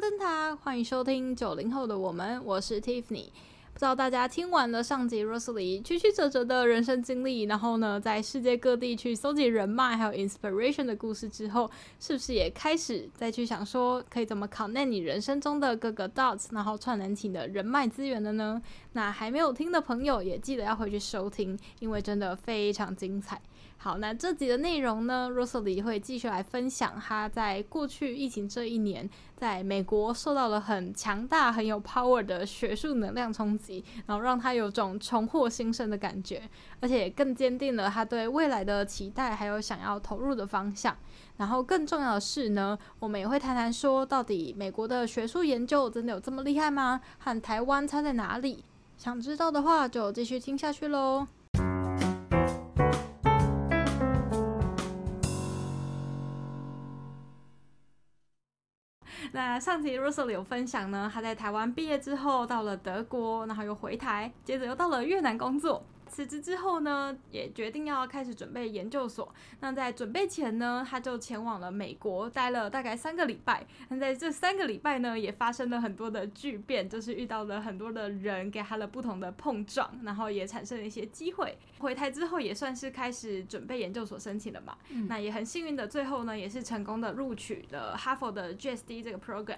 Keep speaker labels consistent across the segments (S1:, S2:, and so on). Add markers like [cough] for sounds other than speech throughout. S1: 灯塔，欢迎收听九零后的我们，我是 Tiffany。不知道大家听完了上集 Rosalie 曲曲折折的人生经历，然后呢，在世界各地去搜集人脉还有 inspiration 的故事之后，是不是也开始再去想说可以怎么 connect 你人生中的各个 dots，然后串联起你的人脉资源了呢？那还没有听的朋友也记得要回去收听，因为真的非常精彩。好，那这集的内容呢，Rosalie 会继续来分享她在过去疫情这一年，在美国受到了很强大、很有 power 的学术能量冲击，然后让她有种重获新生的感觉，而且更坚定了她对未来的期待，还有想要投入的方向。然后更重要的是呢，我们也会谈谈说，到底美国的学术研究真的有这么厉害吗？和台湾差在哪里？想知道的话，就继续听下去喽。那上集 Russell 有分享呢，他在台湾毕业之后到了德国，然后又回台，接着又到了越南工作。辞职之后呢，也决定要开始准备研究所。那在准备前呢，他就前往了美国，待了大概三个礼拜。那在这三个礼拜呢，也发生了很多的巨变，就是遇到了很多的人，给他了不同的碰撞，然后也产生了一些机会。回台之后，也算是开始准备研究所申请了嘛。
S2: 嗯
S1: 那也很幸运的，最后呢，也是成功的录取了哈佛的 GSD 这个 program。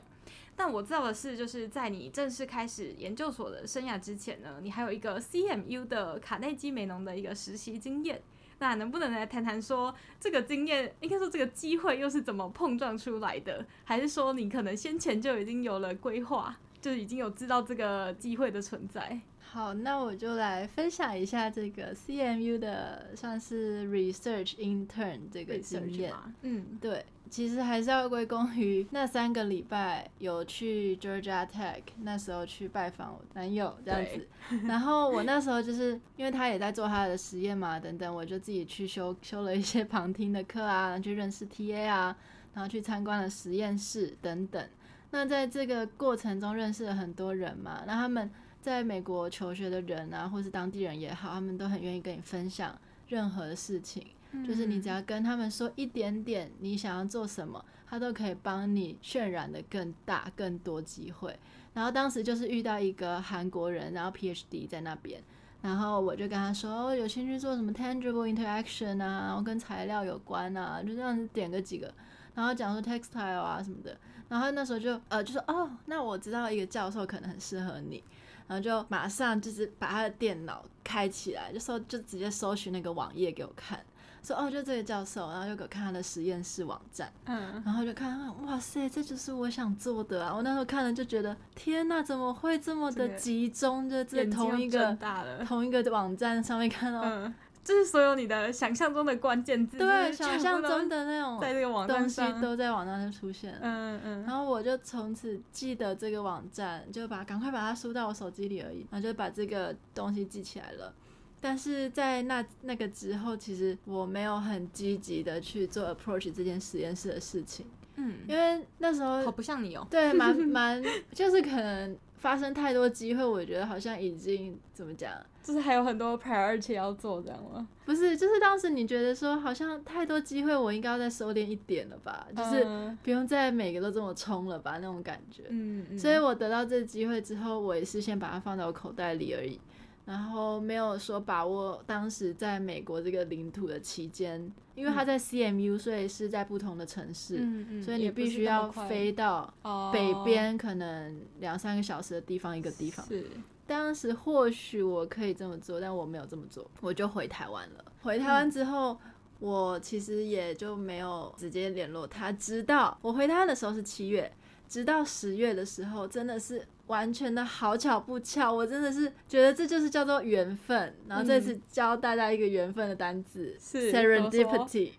S1: 但我知道的是，就是在你正式开始研究所的生涯之前呢，你还有一个 CMU 的卡内基梅隆的一个实习经验。那能不能来谈谈说这个经验，应该说这个机会又是怎么碰撞出来的？还是说你可能先前就已经有了规划，就是已经有知道这个机会的存在？
S2: 好，那我就来分享一下这个 CMU 的算是 research intern 这个经验
S1: research。吗嗯，
S2: 对，其实还是要归功于那三个礼拜有去 Georgia Tech，那时候去拜访我男友这样子。然后我那时候就是因为他也在做他的实验嘛，等等，我就自己去修修了一些旁听的课啊，然后去认识 TA 啊，然后去参观了实验室等等。那在这个过程中认识了很多人嘛，那他们在美国求学的人啊，或是当地人也好，他们都很愿意跟你分享任何的事情。就是
S1: 嗯
S2: 你只要跟他们说一点点你想要做什么，他都可以帮你渲染的更大、更多机会。然后当时就是遇到一个韩国人，然后 PhD 在那边，然后我就跟他说、哦有兴趣做什么 tangible interaction 啊，然后跟材料有关啊，就这样子点个几个，然后讲说 textile 啊什么的。然后他那时候就呃就说哦，那我知道一个教授可能很适合你。然后就马上就是把他的电脑开起来，就搜就直接搜寻那个网页给我看，说哦就这个教授，然后就给我看他的实验室网站，
S1: 嗯，
S2: 然后就看哇塞，这就是我想做的啊！我那时候看了就觉得天呐，怎么会这么的
S1: 这个
S2: 集中？就在
S1: 眼睛
S2: 同
S1: 又
S2: 一个
S1: 睁大了，
S2: 同一个网站上面看到，
S1: 嗯，这是所有你的想象中的关键字，
S2: 对，
S1: 就是全部
S2: 想象
S1: 都
S2: 中的那种
S1: 在这个网站
S2: 东西
S1: 上，
S2: 都在网站就出现了。
S1: 嗯嗯，
S2: 然后我就从此记得这个网站，就把赶快把它输到我手机里而已，然后就把这个东西记起来了。但是在那那个之后，其实我没有很积极的去做 approach 这件实验室的事情，
S1: 嗯，
S2: 因为那时候
S1: 好不像你哦，
S2: 对蛮蛮就是可能发生太多机会，我觉得好像已经怎么讲，
S1: 就是还有很多 priority 要做，这样吗？
S2: 不是就是当时你觉得说好像太多机会，我应该要再收敛一点了吧，就是
S1: 嗯
S2: 不用再每个都这么冲了吧那种感觉。
S1: 嗯，嗯
S2: 所以我得到这个机会之后，我也是先把它放到我口袋里而已，然后没有说把握当时在美国这个领土的期间，因为它在 CMU，所以是在不同的城市，
S1: 嗯嗯，
S2: 所以
S1: 也
S2: 你
S1: 不
S2: 必
S1: 是
S2: 须
S1: 那么
S2: 要
S1: 快
S2: 飞到
S1: 哦
S2: 北边可能两三个小时的地方一个地方。
S1: 是，
S2: 当时或许我可以这么做，但我没有这么做，我就回台湾了。回
S1: 嗯
S2: 台湾之后，我其实也就没有直接联络他，直到我回台湾的时候是七月，直到十月的时候，真的是完全的好巧不巧，我真的是觉得这就是叫做缘分。然后这次教大家一个缘分的单字、
S1: 嗯是怎么
S2: serendipity，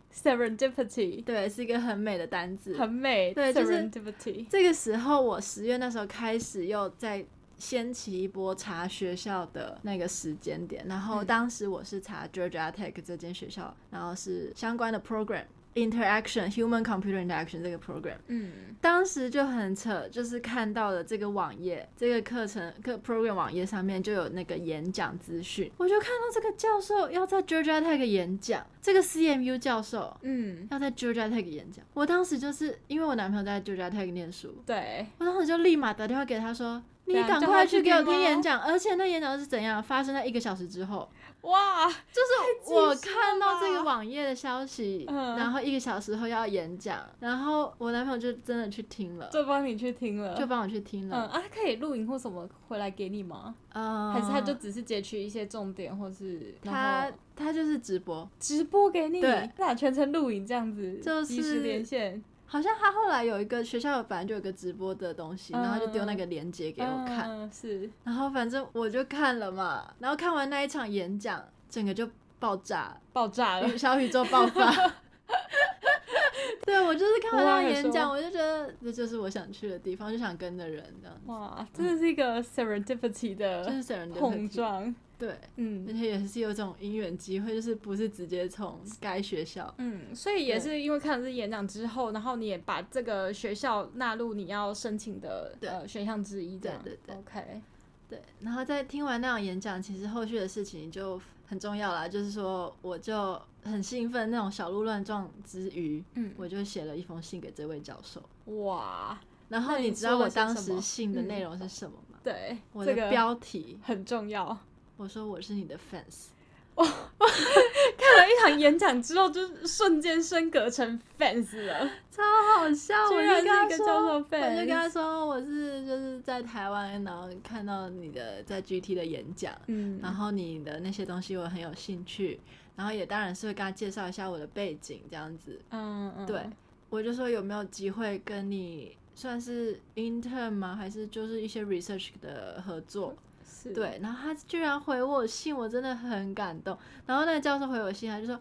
S1: serendipity
S2: 对，是一个很美的单字，
S1: 很美，
S2: 对就是
S1: serendipity，
S2: 这个时候，我十月那时候开始又在掀起一波查学校的那个时间点，然后
S1: 嗯
S2: 当时我是查 Georgia Tech 这间学校，然后是相关的 program， interaction human computer interaction 这个 program，
S1: 嗯，
S2: 当时就很扯，就是看到了这个网页，这个课程课 program 网页上面就有那个演讲资讯，我就看到这个教授要在 Georgia Tech 演讲，这个 CMU 教授
S1: 嗯，
S2: 要在 Georgia Tech 演讲，我当时就是因为我男朋友在 Georgia Tech 念书，
S1: 对，
S2: 我当时就立马打电话给他说。你
S1: 对啊
S2: 赶
S1: 叫
S2: 快
S1: 他
S2: 去
S1: 去
S2: 给我
S1: 听
S2: 听
S1: 哦
S2: 演讲，而且那演讲是怎样发生在一个小时之后，
S1: 哇，
S2: 就是
S1: 技术
S2: 我看到这
S1: 了吧
S2: 个网页的消息，
S1: 嗯
S2: 然后一个小时后要演讲，然后我男朋友就真的去听了，
S1: 就帮你去听了，
S2: 就帮我去听
S1: 嗯
S2: 了，
S1: 啊，他可以录影或什么回来给你吗？
S2: 嗯，
S1: 还是他就只是截取一些重点，或是然
S2: 他
S1: 后
S2: 他就是直播，
S1: 直播给你，
S2: 对
S1: 他俩全程录影这样子，
S2: 就是
S1: 及时连线
S2: 好像他后来有一个学校有本来就有个直播的东西，
S1: 嗯
S2: 然后就丢那个链接给我看，
S1: 嗯、是
S2: 然后反正我就看了嘛，然后看完那一场演讲，整个就爆炸，
S1: 爆炸了
S2: 宇。小宇宙爆发。 [laughs] 对，我就是看完
S1: 我
S2: 他
S1: 忘了
S2: 的演讲，
S1: 说
S2: 我就觉得这就是我想去的地方，就想跟的人这样子。
S1: 哇，真的是一个 serendipity
S2: 就
S1: 的
S2: 是整人的
S1: 碰撞，
S2: 对，而
S1: 嗯
S2: 且也是有这种因缘机会，就是不是直接从该学校，
S1: 嗯，所以也是因为看了这演讲之后，然后你也把这个学校纳入你要申请的
S2: 对
S1: 呃选项之一，这样
S2: 对对对
S1: ，OK，
S2: 对。然后在听完那场演讲，其实后续的事情就很重要啦，就是说我就很兴奋，那种小鹿乱撞之余，
S1: 嗯，
S2: 我就写了一封信给这位教授。
S1: 哇，
S2: 然后
S1: 那你
S2: 你知道
S1: 说了
S2: 我
S1: 些
S2: 当
S1: 什
S2: 时
S1: 么
S2: 信的
S1: 嗯
S2: 内容是什么吗？
S1: 对，
S2: 我
S1: 这
S2: 的
S1: 个
S2: 标题，
S1: 很重要。
S2: 我说我是你的 fans。
S1: 看了一场演讲之后，就是瞬间升格成 fans 了。
S2: 超好笑！
S1: 居
S2: 我就
S1: 然
S2: 跟他
S1: 是一个
S2: 说，
S1: 教授
S2: 我就
S1: fans
S2: 跟他说，我是就是在台湾，然后看到你的在 GT 的演讲，
S1: 嗯
S2: 然后你的那些东西我很有兴趣，然后也当然是会跟他介绍一下我的背景这样子。
S1: 嗯嗯，
S2: 对，我就说有没有机会跟你算是 intern 吗？还是就是一些 research 的合作？
S1: 是，
S2: 对，然后他居然回我信，我真的很感动。然后那个教授回我信，他就说：“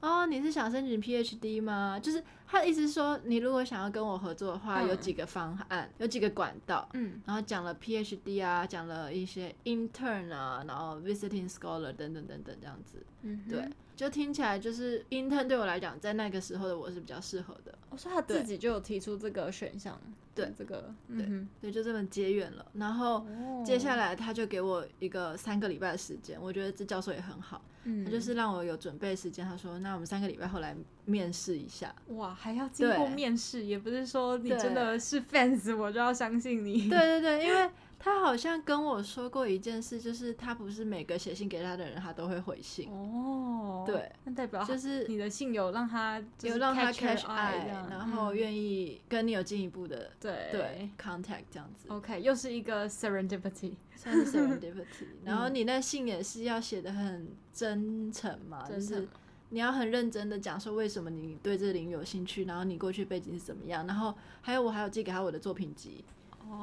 S2: 哦，你是想申请 PhD 吗？”就是他的意思是说，你如果想要跟我合作的话，有
S1: 嗯
S2: 几个方案，有几个管道。
S1: 嗯
S2: 然后讲了 PhD 啊，讲了一些 intern 啊，然后 visiting scholar 等等等等这样子。
S1: 嗯哼，
S2: 对，就听起来就是 intern 对我来讲，在那个时候的我是比较适合的。
S1: 我说他
S2: 对
S1: 自己就有提出这个选项，
S2: 对
S1: 这个，
S2: 对
S1: 嗯
S2: 对，就这么结缘了。然后
S1: 哼，
S2: 接下来他就给我一个三个礼拜的时间，我觉得这教授也很好。
S1: 嗯
S2: 他就是让我有准备时间。他说：“那我们三个礼拜后来面试一下。
S1: 哇，还要经过
S2: 对
S1: 面试，也不是说你
S2: 对
S1: 真的是 fans 我就要相信”你。
S2: 对，对对，因为他好像跟我说过一件事，就是他不是每个写信给他的人他都会回信，
S1: 哦，
S2: 对，
S1: 那代表
S2: 就是
S1: 你的信有让他就是
S2: 有让他
S1: catch your
S2: catch
S1: eye，
S2: eye，
S1: 这样
S2: 然后
S1: 嗯
S2: 愿意跟你有进一步的
S1: 对哦
S2: 对 contact 这样子，
S1: OK，又是一个 serendipity，
S2: 算是
S1: [laughs]
S2: serendipity。
S1: 嗯
S2: 然后你那信也是要写的很真诚嘛，
S1: 真
S2: 就
S1: 的
S2: 是。你要很认真的讲说为什么你对这个领域有兴趣，然后你过去背景是怎么样，然后还有我还有寄给他我的作品集，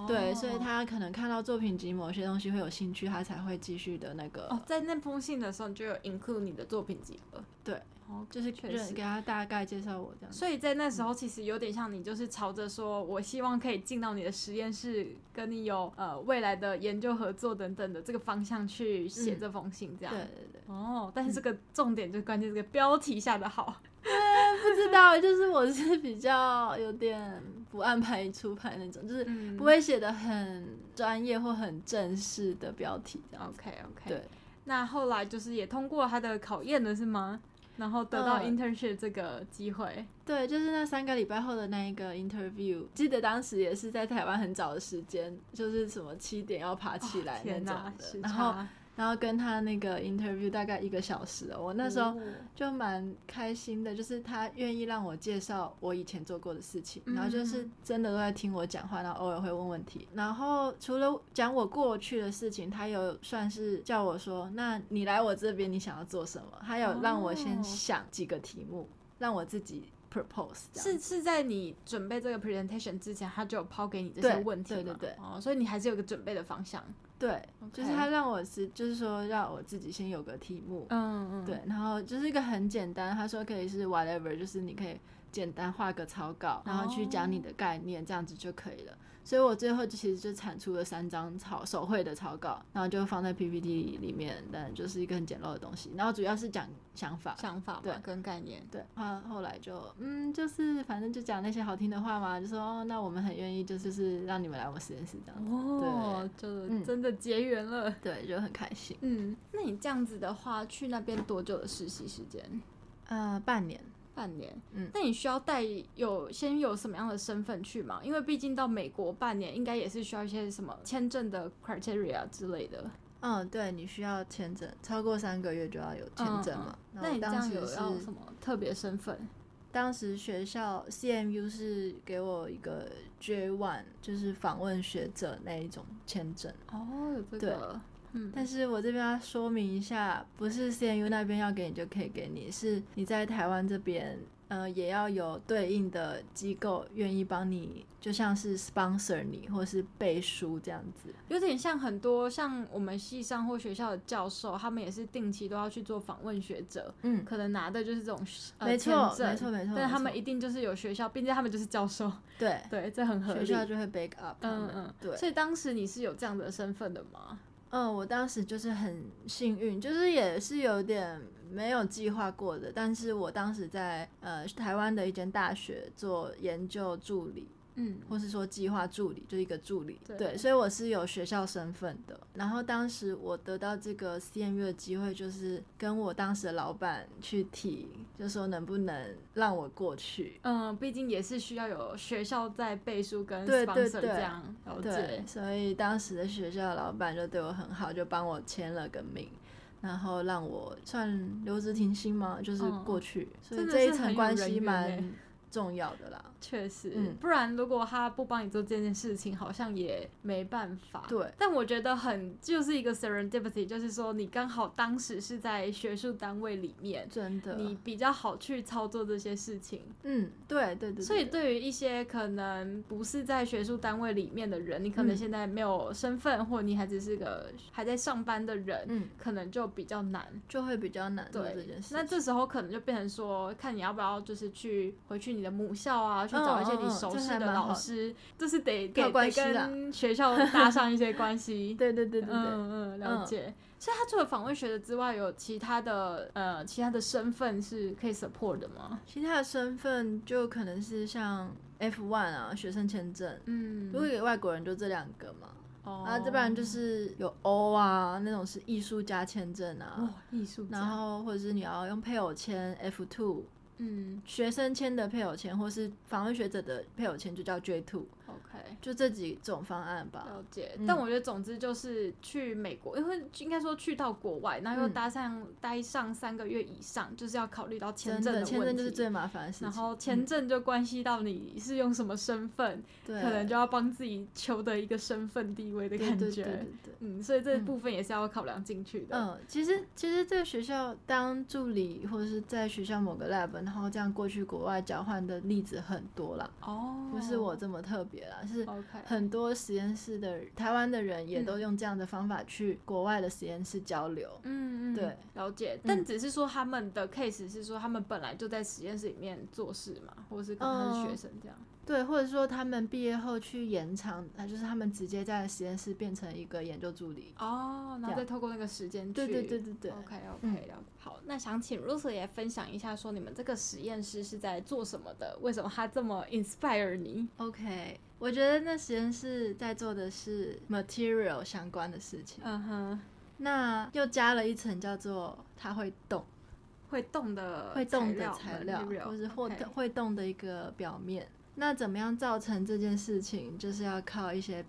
S2: 对，所以
S1: 哦
S2: 他可能看到作品集某些东西会有兴趣，他才会继续的那个，
S1: 哦，在那封信的时候你就有 include 你的作品集了。
S2: 对
S1: 哦，
S2: 就是
S1: 确
S2: 认
S1: 实
S2: 给他大概介绍我这样子。
S1: 所以在那时
S2: 嗯
S1: 候其实有点像你就是朝着说，我希望可以进到你的实验室，跟你有呃未来的研究合作等等的这个方向去写
S2: 嗯
S1: 这封信，这
S2: 对嗯
S1: 样。
S2: 对对，
S1: 哦，但是这个重点就关键这个标题下的好，
S2: 不知道，就是我是比较有点不按牌出牌那种，就是
S1: 嗯
S2: 不会写的很专业或很正式的标题这样子。
S1: OK OK，
S2: 对，
S1: 那后来就是也通过他的考验了是吗？然后得到
S2: 嗯
S1: internship 这个机会，
S2: 对，就是那三个礼拜后的那一个 interview，记得当时也是在台湾很早的时间，就是什么七点要爬起来那
S1: 天
S2: 种
S1: 哪
S2: 的，
S1: 时
S2: 然后
S1: 差
S2: 然后跟他那个 interview 大概一个小时哦、我那时候
S1: 哦
S2: 就蛮开心的，就是他愿意让我介绍我以前做过的事情，
S1: 嗯
S2: 然后就是真的都在听我讲话，然后偶尔会问问题。然后除了讲我过去的事情，他有算是叫我说，那你来我这边你想要做什么？他有让我
S1: 哦
S2: 先想几个题目，让我自己 propose 这样
S1: 是
S2: 子。
S1: 是在你准备这个 presentation 之前，他就有抛给你这些
S2: 对
S1: 问题
S2: 对
S1: 嘛
S2: 对对
S1: 哦，所以你还是有个准备的方向。
S2: 对，就是
S1: OK
S2: 他让我是，就是说让我自己先有个题目，
S1: 嗯嗯，
S2: 对，然后就是一个很简单，他说可以是哦 whatever，就是你可以简单画个草稿，然后去讲你的概念，这样子就可以了。所以我最后就其实就产出了三张草手绘的草稿，然后就放在 PPT 里面，但就是一个很简陋的东西。然后主要是讲想法，
S1: 想法嘛
S2: 对
S1: 跟概念，
S2: 对，他后来就嗯，就是反正就讲那些好听的话嘛，就说、哦、那我们很愿意，就就是让你们来我实验室这样子。
S1: 哦，就
S2: 嗯
S1: 真的结缘了。
S2: 对，就很开心。
S1: 嗯，那你这样子的话，去那边多久的实习时间？
S2: 呃，半年，
S1: 半年。
S2: 嗯
S1: 那你需要带有先有什么样的身份去吗？因为毕竟到美国半年，应该也是需要一些什么签证的 criteria 之类的。
S2: 嗯，对你需要签证，超过三个月就要有签证嘛。
S1: 嗯
S2: 然后
S1: 那你这
S2: 当
S1: 样
S2: 时
S1: 有
S2: 是
S1: 要什么特别身份？
S2: 当时学校 CMU 是给我一个 J one，就是访问学者那一种签证。
S1: 哦，有这个
S2: 对。
S1: 嗯，
S2: 但是我这边要说明一下，不是 CNU 那边要给你就可以给你，是你在台湾这边，呃，也要有对应的机构愿意帮你，就像是 sponsor 你或是背书这样子。
S1: 有点像很多像我们系上或学校的教授，他们也是定期都要去做访问学者，
S2: 嗯，
S1: 可能拿的就是这种呃
S2: 没错
S1: 签证
S2: 没错没错
S1: 但他
S2: 没
S1: 们
S2: 错
S1: 一定就是有学校，毕竟他们就是教授，
S2: 对，
S1: 对，这很合理。
S2: 学校就会 back up 他
S1: 嗯
S2: 们。
S1: 嗯，
S2: 对。
S1: 所以当时你是有这样的身份的吗？
S2: 嗯，我当时就是很幸运，就是也是有点没有计划过的，但是我当时在呃台湾的一间大学做研究助理，
S1: 嗯
S2: 或是说计划助理，就一个助理，
S1: 对
S2: 对，所以我是有学校身份的。然后当时我得到这个 CMU 的机会，就是跟我当时的老板去提，就说能不能让我过去。
S1: 嗯，毕竟也是需要有学校在背书跟
S2: 对对
S1: sponsor
S2: 对
S1: 这样了
S2: 对
S1: 解，。
S2: 所以当时的学校的老板就对我很好，就帮我签了个名，然后让我算留职停薪嘛，就是
S1: 嗯
S2: 过去。所以
S1: 真的
S2: 这一
S1: 是很
S2: 层
S1: 有
S2: 关
S1: 人
S2: 系
S1: 缘
S2: 蛮
S1: 欸
S2: 重要的啦。
S1: 确实，
S2: 嗯
S1: 不然如果他不帮你做这件事情，好像也没办法。
S2: 对
S1: 但我觉得很就是一个 serendipity，就是说你刚好当时是在学术单位里面，
S2: 真的，
S1: 你比较好去操作这些事情。
S2: 嗯，对对对对
S1: 所以，
S2: 对
S1: 对于一些可能不是在学术单位里面的人，你可能
S2: 嗯
S1: 现在没有身份，或你还只是个还在上班的人，
S2: 嗯，
S1: 可能就比较难。
S2: 就会比较难做这
S1: 对
S2: 件事，情。
S1: 那这时候可能就变成说，看你要不要就是去回去你的母校啊，去找一些
S2: 嗯
S1: 你
S2: 嗯
S1: 熟
S2: 这
S1: 识
S2: 还
S1: 的
S2: 蛮
S1: 老
S2: 好的
S1: 师，就是得
S2: 靠
S1: 得得
S2: 关系啦。
S1: 跟学校搭上一些关系
S2: [laughs] 对对对对对，
S1: 嗯嗯，了
S2: 嗯
S1: 解。所以他除了访问学者之外，有其他的呃其他的身份是可以 support 的吗？
S2: 其他的身份就可能是像 F one 啊，学生签证。
S1: 嗯，
S2: 如果给外国人就这两个嘛，
S1: 哦
S2: 啊，这不然就是有 O 啊，那种是艺术家签证
S1: 哦
S2: 啊，
S1: 艺术家，
S2: 然后或者是你要用配偶签 F two，
S1: 嗯
S2: 学生签的配偶签，或是访问学者的配偶签就叫 J two，
S1: ，OK。
S2: 就这几种方案吧。
S1: 了解，
S2: 嗯
S1: 但我觉得总之就是去美国，因为应该说去到国外，然后又
S2: 嗯
S1: 待上、待上三个月以上，就是要考虑到签
S2: 真
S1: 证
S2: 的，
S1: 问题。
S2: 签证就是最麻烦的事情。
S1: 然后签
S2: 嗯
S1: 证就关系到你是用什么身份，
S2: 对
S1: 可能就要帮自己求得一个身份地位的
S2: 对
S1: 感觉。
S2: 对对对对对
S1: 嗯，所以这
S2: 嗯
S1: 部分也是要考量进去的。
S2: 嗯，其实其实在学校当助理，或者是在学校某个 lab，然后这样过去国外交换的例子很多啦，
S1: 哦，
S2: 不是我这么特别啦，是
S1: OK，
S2: 很多实验室的台湾的人也都
S1: 嗯
S2: 用这样的方法去国外的实验室交流。
S1: 嗯嗯，
S2: 对，
S1: 了解。但只是说他们的 case 是说他们本来就在实验室里面做事嘛，或者是可能他是
S2: 嗯
S1: 学生这样。
S2: 对，或者说他们毕业后去延长，啊，就是他们直接在实验室变成一个研究助理。
S1: 哦，然后
S2: 这样
S1: 再透过那个时间去。
S2: 对对对对对。
S1: OK OK，、
S2: 嗯
S1: 了解好，那想请 Rose 也分享一下，说你们这个实验室是在做什么的？为什么它这么 inspire 你？
S2: OK，我觉得那实验室在做的是 material 相关的事情，
S1: 嗯哼，
S2: 那又加了一层叫做它会动。
S1: 会动的
S2: 会动的材
S1: 材
S2: 料，
S1: material，
S2: 或是或
S1: OK
S2: 会动的一个表面。那怎么样造成这件事情，就是要靠一些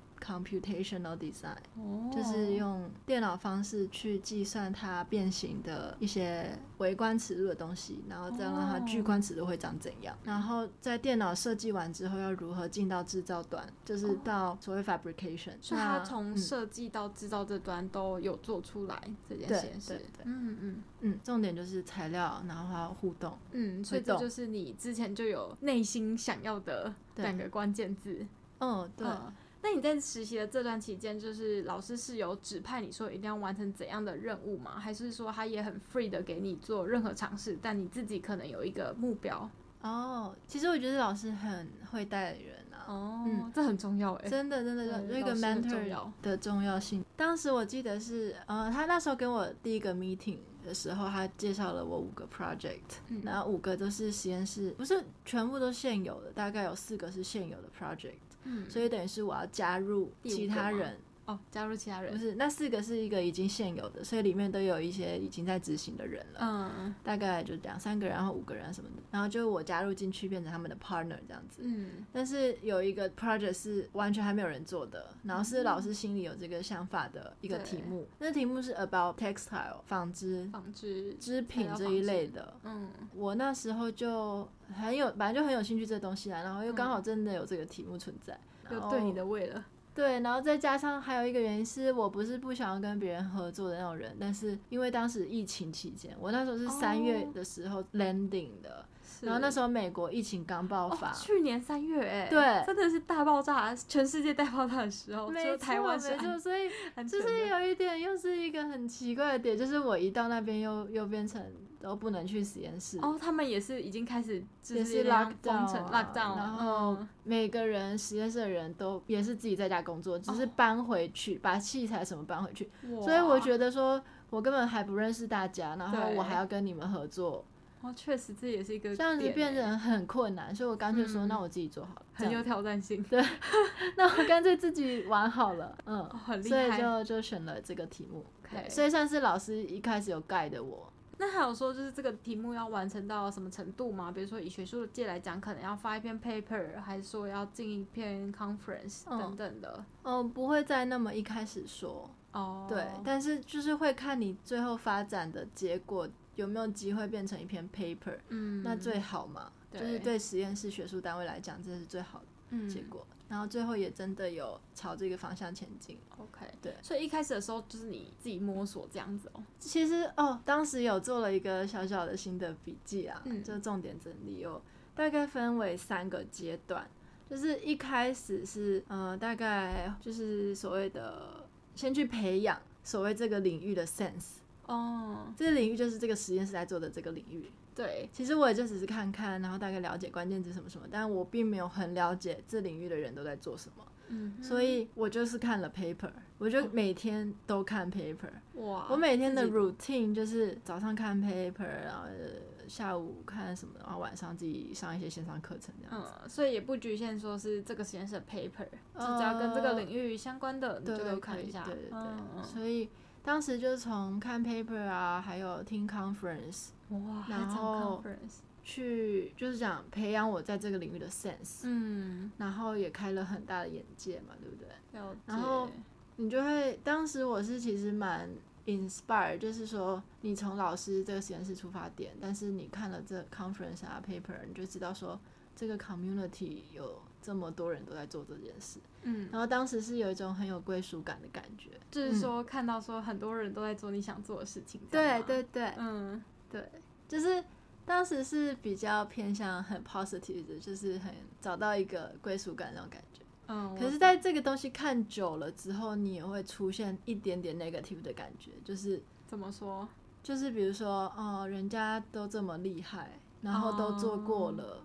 S2: computational design，、
S1: 哦
S2: 就是用电脑方式去计算它变形的一些微观尺度的东西，然后再让它
S1: 哦
S2: 巨观尺度会长怎样。然后在电脑设计完之后，要如何进到制造端，就是
S1: 哦
S2: 到所谓 fabrication 那。
S1: 所以它从
S2: 嗯
S1: 设计到制造这端都有做出来这件
S2: 对
S1: 实验室
S2: 对对。
S1: 嗯嗯
S2: 嗯，重点就是材料，然后还有互动。
S1: 嗯，所以
S2: 会
S1: 这
S2: 动
S1: 就是你之前就有内心想要的
S2: 对
S1: 两个关键字。
S2: 嗯，对。
S1: 嗯那你在实习的这段期间，就是老师是有指派你说一定要完成怎样的任务吗？还是说他也很 free 的给你做任何尝试，但你自己可能有一个目标？
S2: 哦，其实我觉得老师很会带人啊，啊。
S1: 哦，
S2: 嗯
S1: 这很重要哎、
S2: 真的，真的，
S1: 嗯
S2: 真的有一个
S1: 老师的重
S2: mentor
S1: 要
S2: 的重要性。当时我记得是，呃，他那时候跟我第一个 meeting 的时候，他介绍了我五个 project，
S1: 嗯
S2: 然后五个都是实验室，不是全部都现有的，大概有四个是现有的 project，
S1: 嗯，
S2: 所以等于是我要加入
S1: 第五
S2: 其
S1: 个吗
S2: 他人，
S1: 哦，加入其他
S2: 不
S1: 人，
S2: 是，那四个是一个已经现有的，所以里面都有一些已经在执行的人了。
S1: 嗯
S2: 大概就两三个，然后五个人什么的，然后就我加入进去，变成他们的 partner 这样子。
S1: 嗯
S2: 但是有一个 project 是完全还没有人做的，然后是
S1: 嗯
S2: 老师心里有这个想法的一个题目，那题目是 about textile 纺织
S1: 纺织，
S2: 织品这一类的。
S1: 嗯
S2: 我那时候就很有，本来就很有兴趣这东西啊，然后又刚好真的有这个题目存在，
S1: 就
S2: 然后
S1: 对你的胃了，
S2: 对，然后再加上还有一个原因是我不是不想要跟别人合作的那种人，但是因为当时疫情期间，我那时候是三月
S1: 哦
S2: 的时候 landing 的，
S1: 是
S2: 然后那时候美国疫情刚爆
S1: 哦
S2: 发，
S1: 去年三月哎、
S2: 对
S1: 真的是大爆炸，全世界大爆炸的时候，只
S2: 没
S1: 有
S2: 错
S1: 哦台湾是
S2: 没
S1: 安
S2: 错，所以
S1: 安全
S2: 就
S1: 的，
S2: 是有一点又是一个很奇怪的点，就是我一到那边又又变成都不能去实验室，
S1: 哦，他们也是已经开始就
S2: 也是
S1: 那样
S2: lockdown，
S1: 封城
S2: 啊
S1: lockdown，
S2: 然后
S1: 嗯
S2: 每个人实验室的人都也是自己在家工作，只是
S1: 哦
S2: 搬回去、把器材什么搬回去，所以
S1: 哇
S2: 我觉得说。我根本还不认识大家，然后
S1: 对
S2: 我还要跟你们合作，
S1: 哦，确实这也是一个
S2: 这样子
S1: 点欸
S2: 变得很困难，所以我干脆说，
S1: 嗯
S2: 那我自己做好了，这
S1: 很有
S2: 样
S1: 挑战性，
S2: [laughs] 那我干脆自己玩好了，嗯，
S1: 哦很厉
S2: 所以
S1: 害
S2: 就就选了这个题目
S1: OK
S2: 对所以算是老师一开始有 guide 我，
S1: 那还有说，就是这个题目要完成到什么程度吗？比如说以学术界来讲，可能要发一篇 paper，还是说要进一篇 conference
S2: 嗯
S1: 等等的。
S2: 嗯，不会再那么一开始说，
S1: 哦，
S2: 对，但是就是会看你最后发展的结果有没有机会变成一篇 paper，、
S1: 嗯，
S2: 那最好嘛，就
S1: 对
S2: 是对实验室学术单位来讲，这是最好的
S1: 嗯
S2: 结果。然后最后也真的有朝这个方向前进。
S1: OK，
S2: 对
S1: 所以一开始的时候就是你自己摸索这样子哦。
S2: 其实哦，当时有做了一个小小的新的笔记啊，
S1: 嗯
S2: 就重点整理哦，大概分为三个阶段，就是一开始是呃，大概就是所谓的先去培养所谓这个领域的 sense，
S1: 哦，
S2: 这个领域就是这个实验室在做的这个领域。
S1: 对，
S2: 其实我也就只是看看，然后大概了解关键字什么什么，但我并没有很了解这领域的人都在做什么，
S1: 嗯，
S2: 所以我就是看了 paper，我就
S1: 哦
S2: 每天都看 paper。
S1: 哇，
S2: 我每天的
S1: 自己
S2: routine 就是早上看 paper，然后呃下午看什么，然后晚上自己上一些线上课程这样子。
S1: 嗯，所以也不局限说是这个实验室的 paper，、就只要跟这个领域相关的，你
S2: 对
S1: 就
S2: 嗯对
S1: 都看一下。
S2: 对对对。
S1: 嗯
S2: 所以当时就是从看 paper 啊，还有听 conference
S1: 嗯哇，还
S2: 然
S1: 找
S2: 后
S1: conference，
S2: 去，就是讲培养我在这个领域的 sense，、
S1: 嗯，
S2: 然后也开了很大的眼界嘛，对不对？
S1: 了解。
S2: 然后你就会，当时我是其实蛮 inspire，就是说你从老师这个实验室出发点，但是你看了这 conference 啊 paper，你就知道说这个 community 有这么多人都在做这件事，
S1: 嗯，
S2: 然后当时是有一种很有归属感的感觉。
S1: 就是说看到说很多人都在做你想做的事情，这样
S2: 嗯对
S1: 吗，
S2: 对对
S1: 嗯，
S2: 对，就是。当时是比较偏向很 positive 的，就是很找到一个归属感那种感觉。
S1: 嗯，
S2: 可是，在这个东西看久了之后，你也会出现一点点 negative 的感觉，就是
S1: 我怎么说？
S2: 就是比如说，哦，人家都这么厉害，然后都做过了，
S1: 哦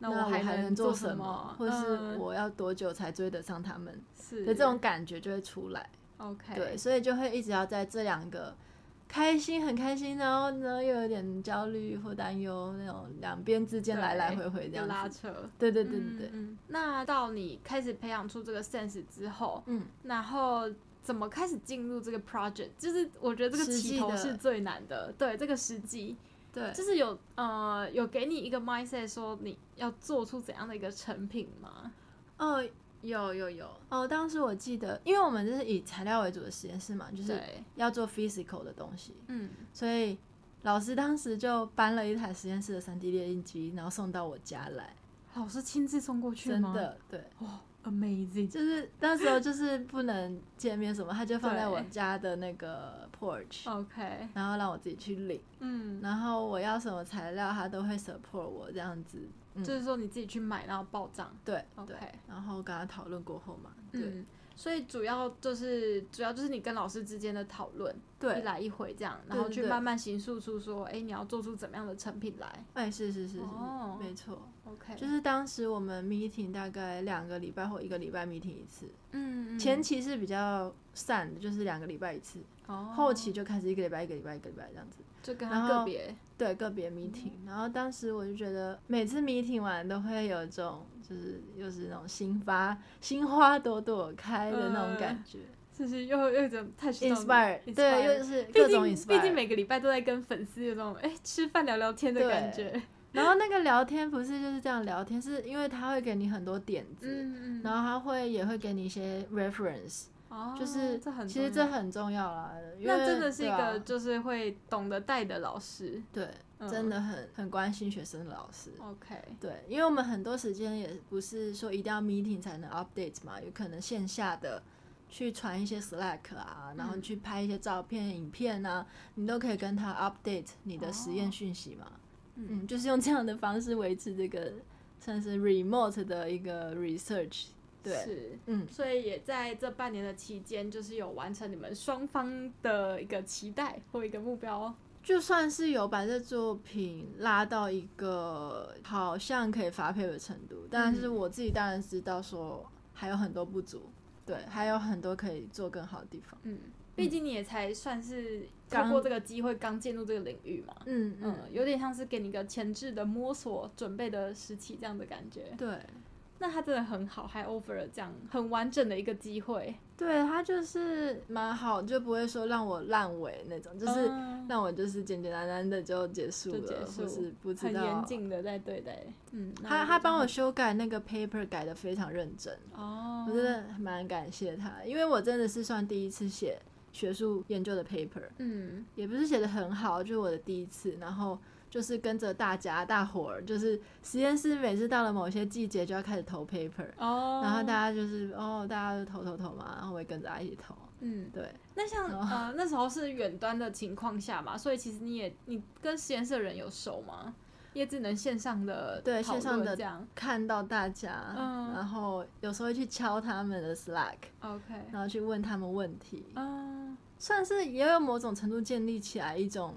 S1: 那
S2: 我
S1: 还
S2: 还能
S1: 做
S2: 什
S1: 么？
S2: 或是
S1: 嗯
S2: 我要多久才追得上他们
S1: 是
S2: 的这种感觉就会出来。
S1: OK，
S2: 对，，所以就会一直要在这两个开心很开心，哦然后呢又有点焦虑或担忧那种两边之间来来回回这
S1: 要拉
S2: 样子。
S1: 扯。
S2: 对对对对对，
S1: 嗯，嗯那到你开始培养出这个 sense 之后，
S2: 嗯，
S1: 然后怎么开始进入这个 project？就是我觉得这个
S2: 实际
S1: 起头
S2: 的
S1: 是最难的，对，这个时机
S2: 对
S1: 就是有呃有给你一个 mindset 说你要做出怎样的一个成品吗？
S2: 哦，有有有哦，当时我记得，因为我们这是以材料为主的实验室嘛，就是
S1: 对，
S2: 要做 physical 的东西，
S1: 嗯，
S2: 所以老师当时就搬了一台实验室的 3D 列印机，然后送到我家来。
S1: 老师亲自送过去
S2: 真
S1: 吗？
S2: 的，对，
S1: amazing，
S2: 就是那时候就是不能见面什么，他就放在我
S1: 对哦
S2: 家的那个 porch，
S1: OK，
S2: 然后让我自己去领。
S1: 嗯，
S2: 然后我要什么材料，他都会 support 我这样子。嗯，
S1: 就是说你自己去买，然后报账。
S2: 对
S1: OK
S2: 对。然后跟他讨论过后嘛，对、
S1: 嗯，所以主要就是主要就是你跟老师之间的讨论，一
S2: 对，
S1: 来一回这样，然
S2: 对
S1: 后
S2: 对
S1: 去
S2: 对
S1: 慢慢形塑出说，哎、你要做出怎么样的成品来。
S2: 哎，是是是是，
S1: 哦
S2: 没错。
S1: 哦， OK，
S2: 就是当时我们 meeting 大概两个礼拜或一个礼拜 meeting 一次，
S1: 嗯，嗯
S2: 前期是比较散的，就是两个礼拜一次，
S1: 哦
S2: 后期就开始一个礼拜一个礼拜一个礼拜这样子。
S1: 就跟
S2: 然
S1: 他
S2: 后
S1: 个别，
S2: 对个别 meeting，、然
S1: 嗯
S2: 后当时我就觉得每次 meeting 完都会有一种就是又是那种新发新花朵朵开的那种感觉、
S1: 就是又又有点太嗯知道
S2: i n s p i r e 对，又是
S1: 毕
S2: 各
S1: 竟
S2: 种 inspire。
S1: 毕竟每个礼拜都在跟粉丝有种哎、吃饭聊聊天的
S2: 对
S1: 感觉， [laughs]
S2: 然后那个聊天不是就是这样聊天，是因为他会给你很多点子，
S1: 嗯
S2: 然后他会也会给你一些 reference，、
S1: 哦，
S2: 就是
S1: 这很
S2: 其实
S1: 重
S2: 这
S1: 要
S2: 很重要啦。因
S1: 那
S2: 为
S1: 真的是一
S2: 对啊
S1: 个就是会懂得带的老师，
S2: 对，
S1: 嗯
S2: 真的很很关心学生的老师。
S1: OK，
S2: 对，因为我们很多时间也不是说一定要 meeting 才能 update 嘛，有可能线下的去传一些 Slack 啊，然后
S1: 嗯
S2: 去拍一些照片、影片啊，你都可以跟他 update 你的实验
S1: 哦
S2: 讯息嘛。
S1: 嗯
S2: 嗯，就是用这样的方式维持这个算是 remote 的一个 research。对，
S1: 是。
S2: 嗯，
S1: 所以也在这半年的期间，就是有完成你们双方的一个期待或一个目标。
S2: 就算是有把这作品拉到一个好像可以发配的程度，但是
S1: 嗯
S2: 我自己当然知道说还有很多不足，对，还有很多可以做更好的地方。
S1: 嗯，毕竟你也才算是
S2: 刚
S1: 通过这个机会刚进入这个领域嘛。
S2: 嗯
S1: 嗯
S2: 嗯，，
S1: 有点像是给你一个前置的摸索、准备的时期这样的感觉。
S2: 嗯对
S1: 那他真的很好，还 offer 了这样很完整的一个机会，
S2: 对，他就是蛮好，就不会说让我烂尾那种，就是
S1: 嗯
S2: 让我就是简简单单的就结束
S1: 就结
S2: 了，
S1: 束
S2: 或是不知
S1: 很
S2: 道。
S1: 严谨的在对待。嗯，那
S2: 他
S1: 觉
S2: 他
S1: 得
S2: 帮我
S1: 很
S2: 修改那个 paper 改的非常认真，
S1: 哦，
S2: 我真的蛮感谢他，因为我真的是算第一次写学术研究的 paper，
S1: 嗯，
S2: 也不是写的很好，就是我的第一次，然后就是跟着大家大伙儿，就是实验室每次到了某些季节就要开始投 paper，
S1: 哦，
S2: 然后大家就是哦，大家就投投投嘛，然后我也跟着大家一起投，
S1: 嗯，
S2: 对，
S1: 那像
S2: 然后
S1: 呃那时候是远端的情况下嘛，所以其实你也你跟实验室的人有熟吗？也只能线上的
S2: 对
S1: 讨论
S2: 线上的
S1: 这样
S2: 看到大家，
S1: 嗯
S2: 然后有时候会去敲他们的 Slack，
S1: ，OK，
S2: 然后去问他们问题，
S1: 嗯
S2: 算是也有某种程度建立起来一种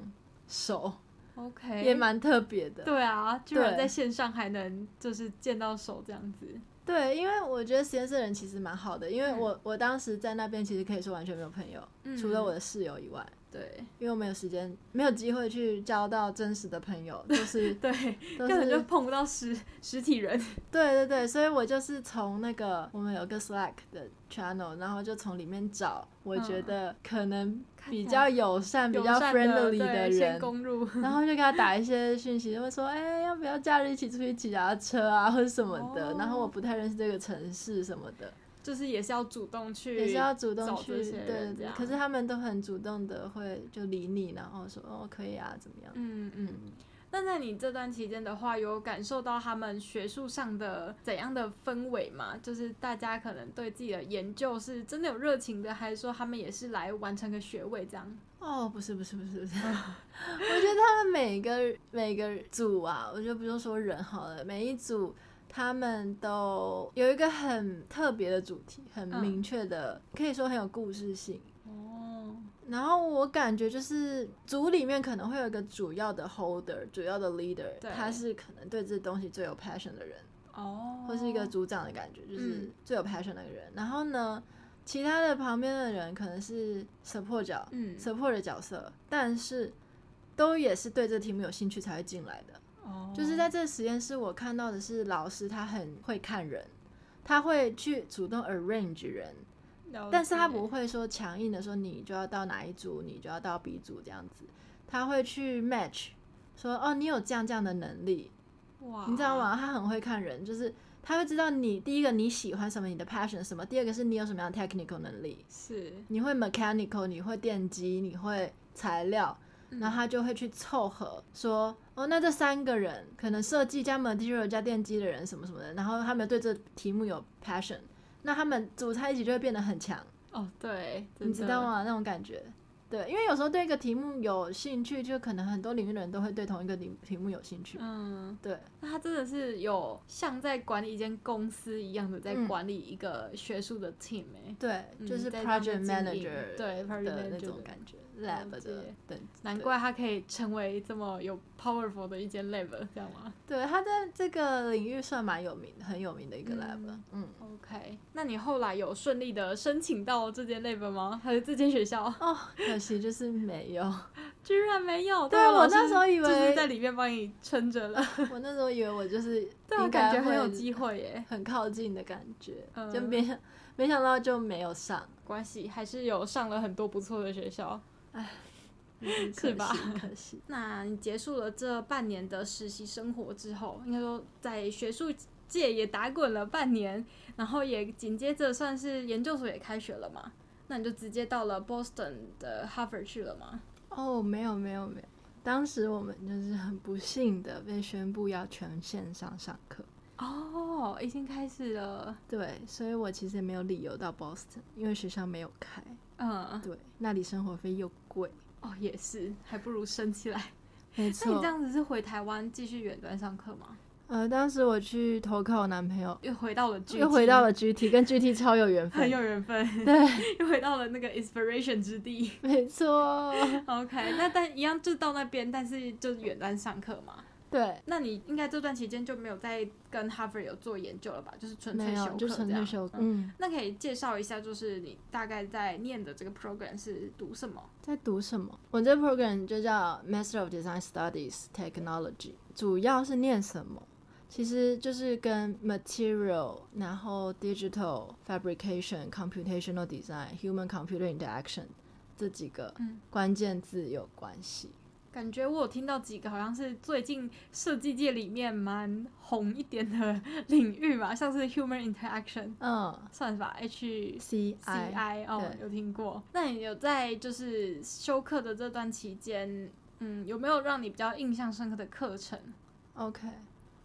S2: 熟，
S1: ，OK，
S2: 也蛮特别的。
S1: 对啊，居然
S2: 对
S1: 在线上还能就是见到手这样子，
S2: 对，因为我觉得实验室的人其实蛮好的，因为我、我当时在那边其实可以说完全没有朋友，
S1: 嗯
S2: 除了我的室友以外，
S1: 对
S2: 因为我没有时间，没有机会去交到真实的
S1: [laughs]
S2: 朋友，都是
S1: 对，
S2: 都
S1: 根本就是碰不到实实体人，
S2: 对对对，所以我就是从那个我们有个 Slack 的 channel，然后就从里面找我觉
S1: 嗯
S2: 得可能
S1: 看起
S2: 比
S1: 来
S2: 较友善、比较
S1: 嗯友善的
S2: friendly 的
S1: 对先
S2: 人，
S1: 攻入
S2: 然后就给他打一些讯息，就会说，哎、要不要假日一起出去骑脚踏车啊，或者什么的。
S1: 哦
S2: 然后我不太认识这个城市什么的，
S1: 就是也是要主动去，
S2: 也是要主动
S1: 找
S2: 去，
S1: 这些
S2: 对
S1: 人
S2: 对
S1: 这
S2: 对
S1: 样。
S2: 可是他们都很主动的会就理你，然后说，哦，可以啊，怎么样？
S1: 嗯嗯。
S2: 嗯，
S1: 那在你这段期间的话，有感受到他们学术上的怎样的氛围吗？就是大家可能对自己的研究是真的有热情的，还是说他们也是来完成个学位这样？
S2: 哦，不是不是不是不 [laughs] 是，我觉得他们每个每个组啊，我就不用说人好了，每一组。他们都有一个很特别的主题，很
S1: 嗯
S2: 明确的，可以说很有故事性。
S1: 哦，
S2: 然后我感觉就是组里面可能会有一个主要的 holder，主要的 leader，
S1: 对
S2: 他是可能对这东西最有 passion 的人，
S1: 哦，
S2: 或是一个组长的感觉，就是
S1: 嗯
S2: 最有 passion 的那个人。然后呢，其他的旁边的人可能是 support 角、
S1: 嗯
S2: support 的角色，但是都也是对这题目有兴趣才会进来的。
S1: 哦
S2: 就是在这个实验室，我看到的是老师他很会看人，他会去主动 arrange 人，
S1: 了解，
S2: 但是他不会说强硬的说你就要到哪一组，你就要到 B 组这样子，他会去 match，说哦你有这样这样的能力，
S1: 哇，
S2: 你知道？吗？他很会看人，就是他会知道你第一个你喜欢什么，你的 passion 是什么，第二个是你有什么样的 technical 能力，
S1: 是，
S2: 你会 mechanical，你会电机，你会材料，
S1: 嗯
S2: 然后他就会去凑合说。哦，那这三个人可能设计加 material 加电机的人什么什么的，然后他们对这题目有 passion，那他们组在一起就会变得很强。
S1: 哦，对，
S2: 你知道
S1: 真的？
S2: 吗？那种感觉，对，因为有时候对一个题目有兴趣，就可能很多领域的人都会对同一个领题目有兴趣。
S1: 嗯，
S2: 对，
S1: 那他真的是有像在管理一间公司一样的在
S2: 嗯
S1: 管理一个学术的 team 哎、
S2: 对，
S1: 嗯
S2: 就是
S1: 在上
S2: project
S1: 面经营
S2: manager
S1: 对 project
S2: 的
S1: manager
S2: 那种
S1: 的
S2: 感觉， lab
S1: 了解
S2: 的等级。
S1: 难
S2: 对
S1: 怪他可以成为这么有 powerful 的一间 lab，这样吗
S2: 对，他在这个领域算蛮有名、很有名的一个 lab
S1: 嗯
S2: 了。嗯，
S1: ？OK，那你后来有顺利的申请到这间 lab 吗？还是这间学校？
S2: 哦，可惜就是没有。
S1: [laughs]
S2: [laughs]
S1: 居然没有！
S2: 对啊
S1: 但
S2: 我
S1: 老师
S2: 那时候以
S1: 就是
S2: 为
S1: 在里面帮你撑着了，
S2: 我那时候以为我就是
S1: 但我 [laughs]
S2: 应
S1: 啊感
S2: 该
S1: 觉很有
S2: 会
S1: 机会耶。
S2: 很靠近的感觉，
S1: 嗯
S2: 就没想没想到就没有上，
S1: 关系还是有上了很多不错的学校。
S2: 就是嗯可
S1: 是吧
S2: 惜可惜。
S1: 那你结束了这半年的实习生活之后，应该说在学术界也打滚了半年，然后也紧接着算是研究所也开学了嘛？那你就直接到了 Boston 的 Harvard 去了吗？
S2: 哦，没有没有没有，当时我们就是很不幸的被宣布要全线上上课，
S1: 哦，已经开始了。
S2: 对，所以我其实也没有理由到 Boston，因为学校没有开，
S1: 嗯，
S2: 对，那里生活费又贵，
S1: 哦，也是，还不如升起来。那
S2: 没
S1: 你
S2: 错
S1: 这。样子是回台湾继续远端上课吗？
S2: 呃，当时我去投靠我男朋友，
S1: 又回到了 GT，
S2: 又回到了 GT，跟 GT 超有缘
S1: [laughs] 很
S2: 分，
S1: 有缘分，
S2: 对，
S1: 又回到了那个 inspiration 之地。
S2: 没
S1: [laughs]
S2: 错，
S1: OK，那但一样就到那边，但是就是远端上课嘛。
S2: 对，
S1: 那你应该这段期间就没有再跟哈佛有做研究了吧？就是纯粹
S2: 没
S1: 休
S2: 有
S1: 课
S2: 就纯
S1: 这
S2: 粹
S1: 样
S2: 休课，
S1: 嗯
S2: 嗯。
S1: 那可以介绍一下，就是你大概在念的这个 program 是读什么？
S2: 在读什么？我这 program 就叫 Master of Design Studies Technology，主要是念什么？其实就是跟 material，然后 digital fabrication、computational design、human computer interaction 这几个
S1: 嗯
S2: 关键字有关系。
S1: 感觉我有听到几个好像是最近设计界里面蛮红一点的 [laughs] 领域嘛，像是 human interaction
S2: 嗯
S1: 算法 H
S2: ，C I，
S1: CI 哦，
S2: 哎对
S1: 有听过。那你有在就是休课的这段期间，嗯，有没有让你比较印象深刻的课程？
S2: OK，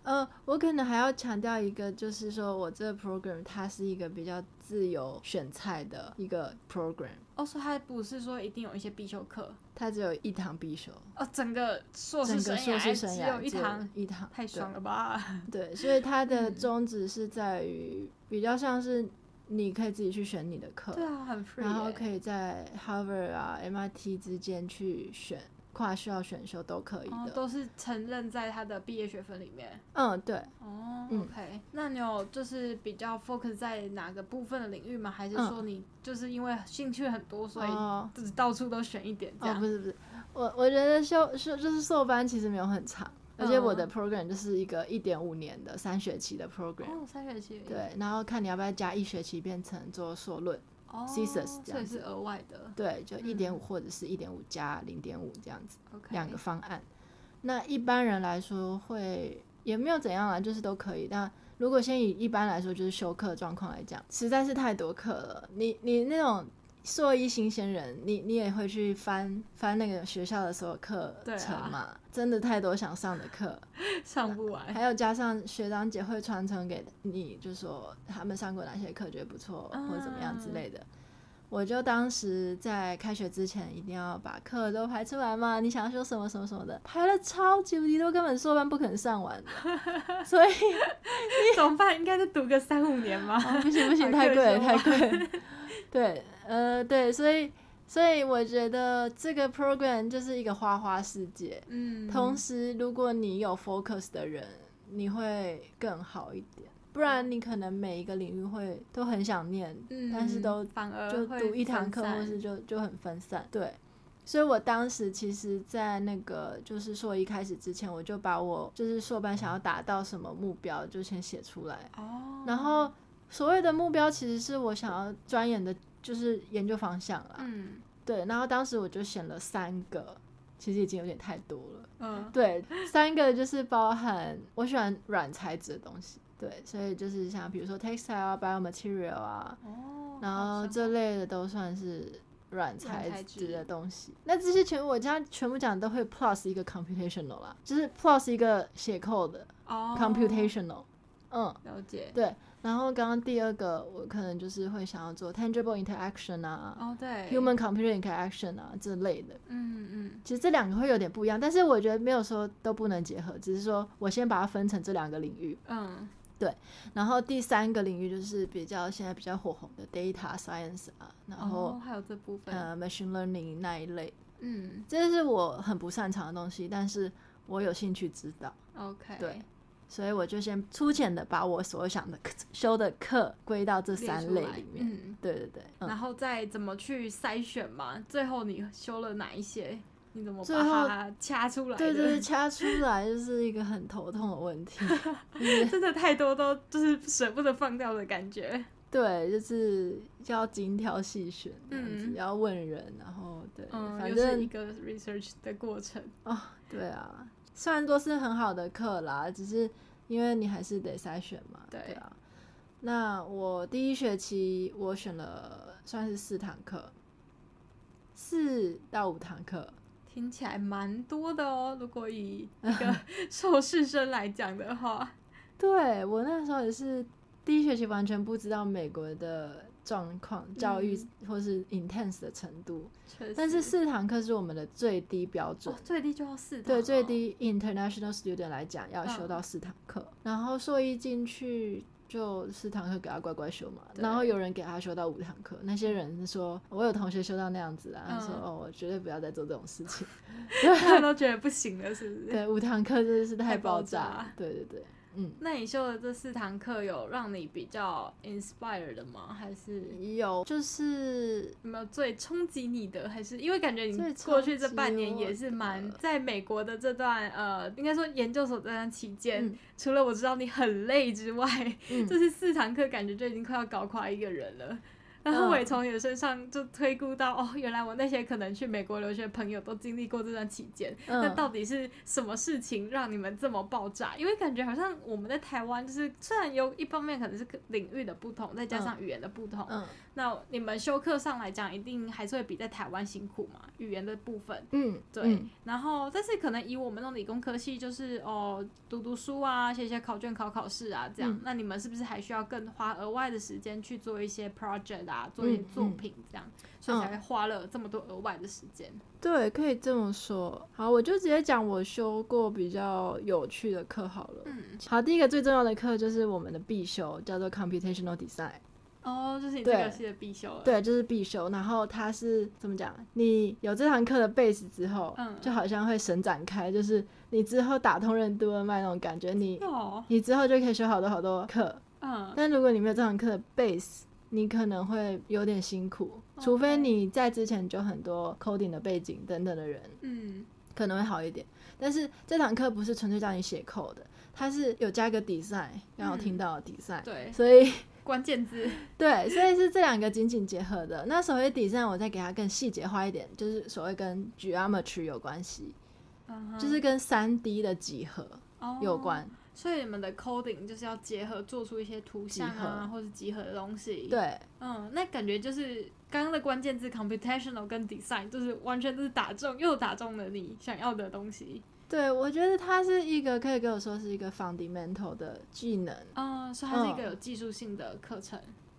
S2: 呃，我可能还要强调一个，就是说我这个 program 它是一个比较自由选菜的一个 program，
S1: 哦，所以它不是说一定有一些必修课
S2: 它只有一堂必修。
S1: 哦，整个硕士生
S2: 整个硕士生
S1: 只
S2: 涯
S1: 有一
S2: 只有
S1: 堂，
S2: 一堂，
S1: 太
S2: 对
S1: 爽了吧？
S2: 对，所以它的
S1: 嗯
S2: 宗旨是在于比较像是你可以自己去选你的课，
S1: 对啊，很 free，
S2: 然后
S1: 耶
S2: 可以在 Harvard 啊、MIT 之间去选跨需要选修都可以
S1: 哦，
S2: 的。
S1: 都是承认在他的毕业学分里面。
S2: 嗯，对，
S1: 哦、
S2: 嗯
S1: o k 那你有就是比较 focus 在哪个部分的领域吗？还是
S2: 嗯
S1: 说你就是因为兴趣很多，所以
S2: 哦
S1: 就是到处都选一点这
S2: 哦，
S1: 样？
S2: 不是不是，我我觉得修修就是硕班其实没有很长，而且我的
S1: 嗯
S2: program 就是一个一点五年的三学期的 program，
S1: 哦，三学期而已
S2: 对，然后看你要不要加一学期变成做硕论。
S1: 哦
S2: thesis 这
S1: 所以
S2: 样
S1: 是额外的。
S2: 对，就一点
S1: 嗯
S2: 五或者是一点五加零点五这样子
S1: OK，
S2: 两个方案。那一般人来说会也没有怎样啦，就是都可以。但如果先以一般来说就是休课状况来讲，实在是太多课了。你你那种硕一新鲜人，你你也会去翻翻那个学校的所有课
S1: 对啊
S2: 程嘛？真的太多想上的课，
S1: 上不完。 [laughs]
S2: 还有加上学长姐会传承给你，就说他们上过哪些课觉得不错，或者怎么样之类的。我就当时在开学之前一定要把课都排出来嘛，你想要修什么什么什么的，排了超级无敌多，根本硕班不可能上完的，所以、
S1: 怎么办？应该是读个三五年吗？
S2: [laughs] 哦不行不行，
S1: 把
S2: 太
S1: 课
S2: 贵了
S1: 修
S2: 太贵了，对，呃对，所以所以我觉得这个 program 就是一个花花世界，
S1: 嗯，
S2: 同时，如果你有 focus 的人，你会更好一点。不然你可能每一个领域会都很想念，
S1: 嗯，
S2: 但是都
S1: 反而
S2: 就
S1: 会
S2: 读一堂课，
S1: 分散
S2: 或是就就很分散。对，所以我当时其实，在那个就是硕一开始之前，我就把我就是硕班想要达到什么目标就先写出来。
S1: 哦，
S2: 然后所谓的目标，其实是我想要钻研的，就是研究方向啦。
S1: 嗯
S2: 对，然后当时我就选了三个，其实已经有点太多了。
S1: 嗯，
S2: 对，三个就是包含我喜欢软材质的东西，对，所以就是像比如说 textile 啊、biomaterial 啊，
S1: 哦，
S2: 然后这类的都算是软材
S1: 材
S2: 质
S1: 质
S2: 的东西。那这些全部我家全部讲都会 plus 一个 computational 啦，就是 plus 一个写 code 的
S1: 哦
S2: computational，、嗯。
S1: 了解，
S2: 对，然后刚刚第二个，我可能就是会想要做 tangible interaction 啊、
S1: 哦对
S2: human computer interaction 啊这类的，
S1: 嗯嗯
S2: 其实这两个会有点不一样，但是我觉得没有说都不能结合，只是说我先把它分成这两个领域，
S1: 嗯，
S2: 然后第三个领域就是比较现在比较火红的 data science 啊，然后、
S1: 哦、还有这部分，
S2: 呃 machine learning 那一类，
S1: 嗯
S2: 这是我很不擅长的东西，但是我有兴趣知道，
S1: ，OK，
S2: 对，所以我就先粗浅的把我所想的课修的课归到这
S1: 列
S2: 三
S1: 出
S2: 类
S1: 来
S2: 里面。
S1: 嗯，
S2: 对对对，嗯
S1: 然后再怎么去筛选嘛？最后你修了哪一些？你怎么
S2: 最
S1: 把
S2: 后
S1: 它掐出来的？
S2: 对对对，掐出来就是一个很头痛的问题。 [laughs]
S1: 真的太多都就是舍不得放掉的感觉。
S2: 对，就是要精挑细选，这样子、
S1: 嗯
S2: 要问人，然后对，
S1: 嗯，
S2: 反
S1: 又是一
S2: 正
S1: 个 research 的过程。
S2: 哦，对啊，虽然都是很好的课啦，只是因为你还是得筛选嘛，
S1: 对
S2: 啊。那我第一学期我选了算是四堂课，四到五堂课，
S1: 听起来蛮多的哦。如果以一个
S2: [laughs]
S1: 硕士生来讲的话，
S2: 对我那时候也是第一学期完全不知道美国的状况、教育
S1: 嗯
S2: 或是 intense 的程度，
S1: 确实
S2: 但是四堂课是我们的最低标准
S1: 哦，，最低就要四堂哦，
S2: 对，
S1: [laughs]
S2: 最低 international student 来讲要
S1: 嗯
S2: 修到四堂课，然后硕一进去就四堂课给他乖乖修嘛，
S1: 对
S2: 然后有人给他修到五堂课，那些人是说，我有同学修到那样子啊，他说
S1: 嗯
S2: 哦，我绝对不要再做这种事
S1: [laughs]
S2: 情，
S1: 他们都觉得不行了，是不是？
S2: 对，五堂课真的是
S1: 太
S2: 太
S1: 爆
S2: 爆
S1: 炸
S2: 炸了，对对对，嗯。
S1: 那你修的这四堂课有让你比较 inspire 的吗？还是
S2: 有，就是
S1: 有没有最冲击你的？还是因为感觉你
S2: 最
S1: 过去这
S2: 冲击
S1: 半年
S2: 我
S1: 也是
S2: 的
S1: 蛮在美国的这段呃，应该说研究所这段期间，
S2: 嗯
S1: 除了我知道你很累之外，
S2: 嗯
S1: 这是四堂课，感觉就已经快要搞垮一个人了。然后我也
S2: 嗯
S1: 从你的身上就推估到，哦，原来我那些可能去美国留学的朋友都经历过这段期间。那
S2: 嗯
S1: 到底是什么事情让你们这么爆炸？因为感觉好像我们在台湾，就是虽然有一方面可能是领域的不同，再加上语言的不同，
S2: 嗯
S1: 那你们修课上来讲，一定还是会比在台湾辛苦嘛，语言的部分。
S2: 嗯，
S1: 对，
S2: 嗯
S1: 然后但是可能以我们那种理工科系，就是哦读读书啊，写写考卷、考考试啊这样。
S2: 嗯
S1: 那你们是不是还需要更花额外的时间去做一些 project 啊，做一些
S2: 嗯
S1: 作
S2: 嗯
S1: 品这样，所以才花了这么多额外的时间？
S2: 对，可以这么说。好，我就直接讲我修过比较有趣的课好了。
S1: 嗯，
S2: 好，第一个最重要的课就是我们的必修，叫做 computational design。
S1: 哦，就是你这个
S2: 嗯对
S1: 系的必修了。
S2: 对，就是必修。然后它是怎么讲？你有这堂课的 base 之后，
S1: 嗯
S2: 就好像会神展开，就是你之后打通任督二脉那种感觉。你
S1: 哦，
S2: 你之后就可以修好多好多课。
S1: 嗯，
S2: 但如果你没有这堂课的 base，你可能会有点辛苦，除非
S1: 哦 OK
S2: 你在之前就很多 coding 的背景等等的人。
S1: 嗯，
S2: 可能会好一点。但是这堂课不是纯粹叫你写扣的，它是有加一个 design，刚好听到的 design，、
S1: 嗯对，
S2: 所以 [laughs]
S1: 关键字，
S2: 对，所以是这两个紧紧结合的。那所谓 design，我再给它更细节化一点，就是所谓跟 geometry 有关系，
S1: 嗯哼
S2: 就是跟三 D 的几何有。
S1: 哦
S2: 关。
S1: 所以你们的 coding 就是要结合做出一些图像啊，
S2: 集合
S1: 或者集合的东西。，
S2: 对
S1: 嗯，那感觉就是刚刚的关键字 computational 跟 design，就是完全就是打中又打中了你想要的东西。
S2: 对，我觉得它是一个可以跟我说是一个 fundamental 的技能。
S1: 嗯，所以它是一个
S2: 嗯
S1: 有技术性的课程，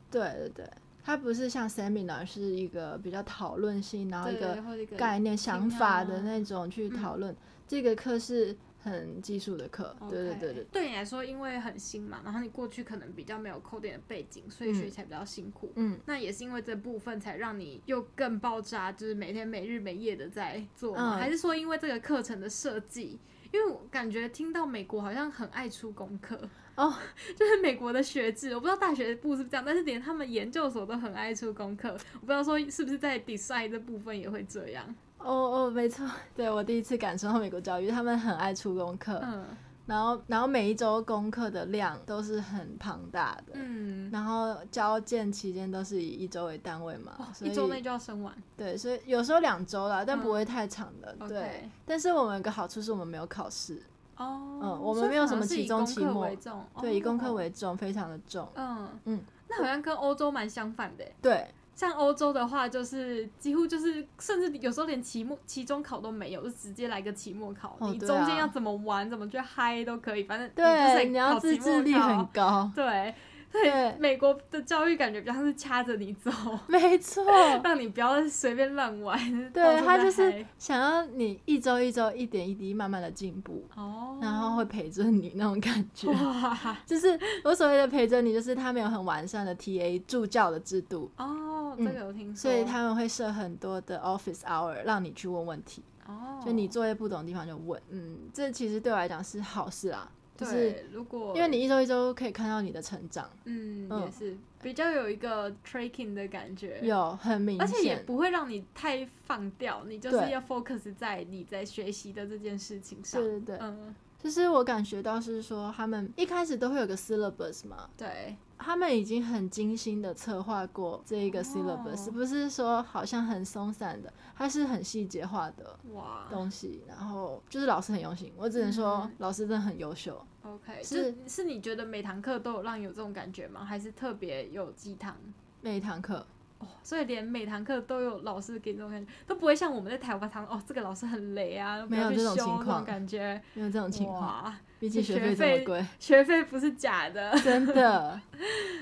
S2: 对对对，它不是像 seminar 是一个比较讨论性，然后
S1: 对
S2: 一个嗯
S1: 对，或者一个
S2: 概念、想法的
S1: 啊
S2: 那种去讨论。这个课是很技术的课，对对
S1: OK
S2: 对对，
S1: 对你来说，因为很新嘛，然后你过去可能比较没有 coding 的背景，所以
S2: 嗯
S1: 学起来比较辛苦。
S2: 嗯，
S1: 那也是因为这部分才让你又更爆炸，就是每天没日没夜的在做吗？
S2: 嗯
S1: 还是说因为这个课程的设计？因为我感觉听到美国好像很爱出功课
S2: 哦，
S1: [laughs] 就是美国的学制，我不知道大学部是不是这样，但是连他们研究所都很爱出功课，我不知道说是不是在 design 这部分也会这样。
S2: 哦哦，没错，对我第一次感受到美国教育，他们很爱出功课，
S1: 嗯
S2: 然后然后每一周功课的量都是很庞大的。
S1: 嗯，
S2: 然后交件期间都是以一周为单位嘛，哦所以
S1: 一周内就要生完。
S2: 对，所以有时候两周啦，但
S1: 嗯
S2: 不会太长的。对
S1: OK，
S2: 但是我们有个好处是我们没有考试，
S1: 哦，
S2: 嗯我们
S1: 所以
S2: 没有
S1: 反
S2: 什
S1: 而
S2: 么
S1: 是
S2: 期
S1: 以
S2: 中
S1: 功
S2: 期
S1: 课
S2: 末
S1: 为重，
S2: 对，以功
S1: 哦
S2: 课为重，非常的重。
S1: 嗯
S2: 嗯，
S1: 那好像跟欧洲蛮相反的欸。
S2: 对，
S1: 像欧洲的话，就是几乎就是，甚至有时候连期末、期中考都没有，就直接来个期末考。
S2: 哦
S1: 你
S2: 对
S1: 中
S2: 啊
S1: 间要怎么玩、怎么去嗨都可以，反正你就是
S2: 对，你要
S1: 考期
S2: 自
S1: 末
S2: 制力很
S1: 考。
S2: 高。
S1: 对，
S2: 对，哦
S1: 美国的教育感觉比较像是掐着你走，
S2: [laughs] 没 [laughs] 错，
S1: [laughs] 让你不要随便乱玩。到
S2: 对
S1: 处
S2: 他
S1: 在
S2: 就是
S1: 嗨
S2: 想要你一周一周一点一滴慢慢的进步，
S1: 哦，
S2: 然后会陪着你那种感觉。
S1: 哇
S2: [laughs] 就是我所谓的陪着你，就是他没有很完善的 TA 助教的制度，
S1: 哦，这
S2: 嗯
S1: 个有听说，
S2: 所以他们会设很多的 office hour 让你去问问题，
S1: 哦，
S2: 就你作业不懂的地方就问。嗯，这其实对我来讲是好事啦，就是
S1: 对，如果
S2: 因为你一周一周可以看到你的成长，
S1: 嗯
S2: 嗯
S1: 也是比较有一个 tracking 的感觉，
S2: 有很明
S1: 而且也
S2: 显。
S1: 不会让你太放掉，你就是
S2: 对
S1: 要 focus 在你在学习的这件事情上
S2: 对。对对，
S1: 嗯，
S2: 就是我感觉到是说，他们一开始都会有个 syllabus 嘛，
S1: 对，
S2: 他们已经很精心的策划过这一个 syllabus，、
S1: 哦
S2: 不是说好像很松散的，它是很细节化的
S1: 哇
S2: 东西。然后就是老师很用心，我只能说
S1: 嗯
S2: 老师真的很优秀。
S1: ，OK，
S2: 是
S1: 是是你觉得每堂课都有让你有这种感觉吗？还是特别有鸡汤？
S2: 每一堂课，
S1: 哦，所以连每堂课都有老师给你这种感觉，都不会像我们在台湾堂哦，这个老师很雷啊，不
S2: 没有
S1: 要去
S2: 这种
S1: 修
S2: 情
S1: 那
S2: 况
S1: 感觉。
S2: 因为这种情况，
S1: 哇，
S2: 毕竟
S1: 这
S2: 学
S1: 学
S2: 费这
S1: 费
S2: 么贵，
S1: 学费不是假的。
S2: 真的，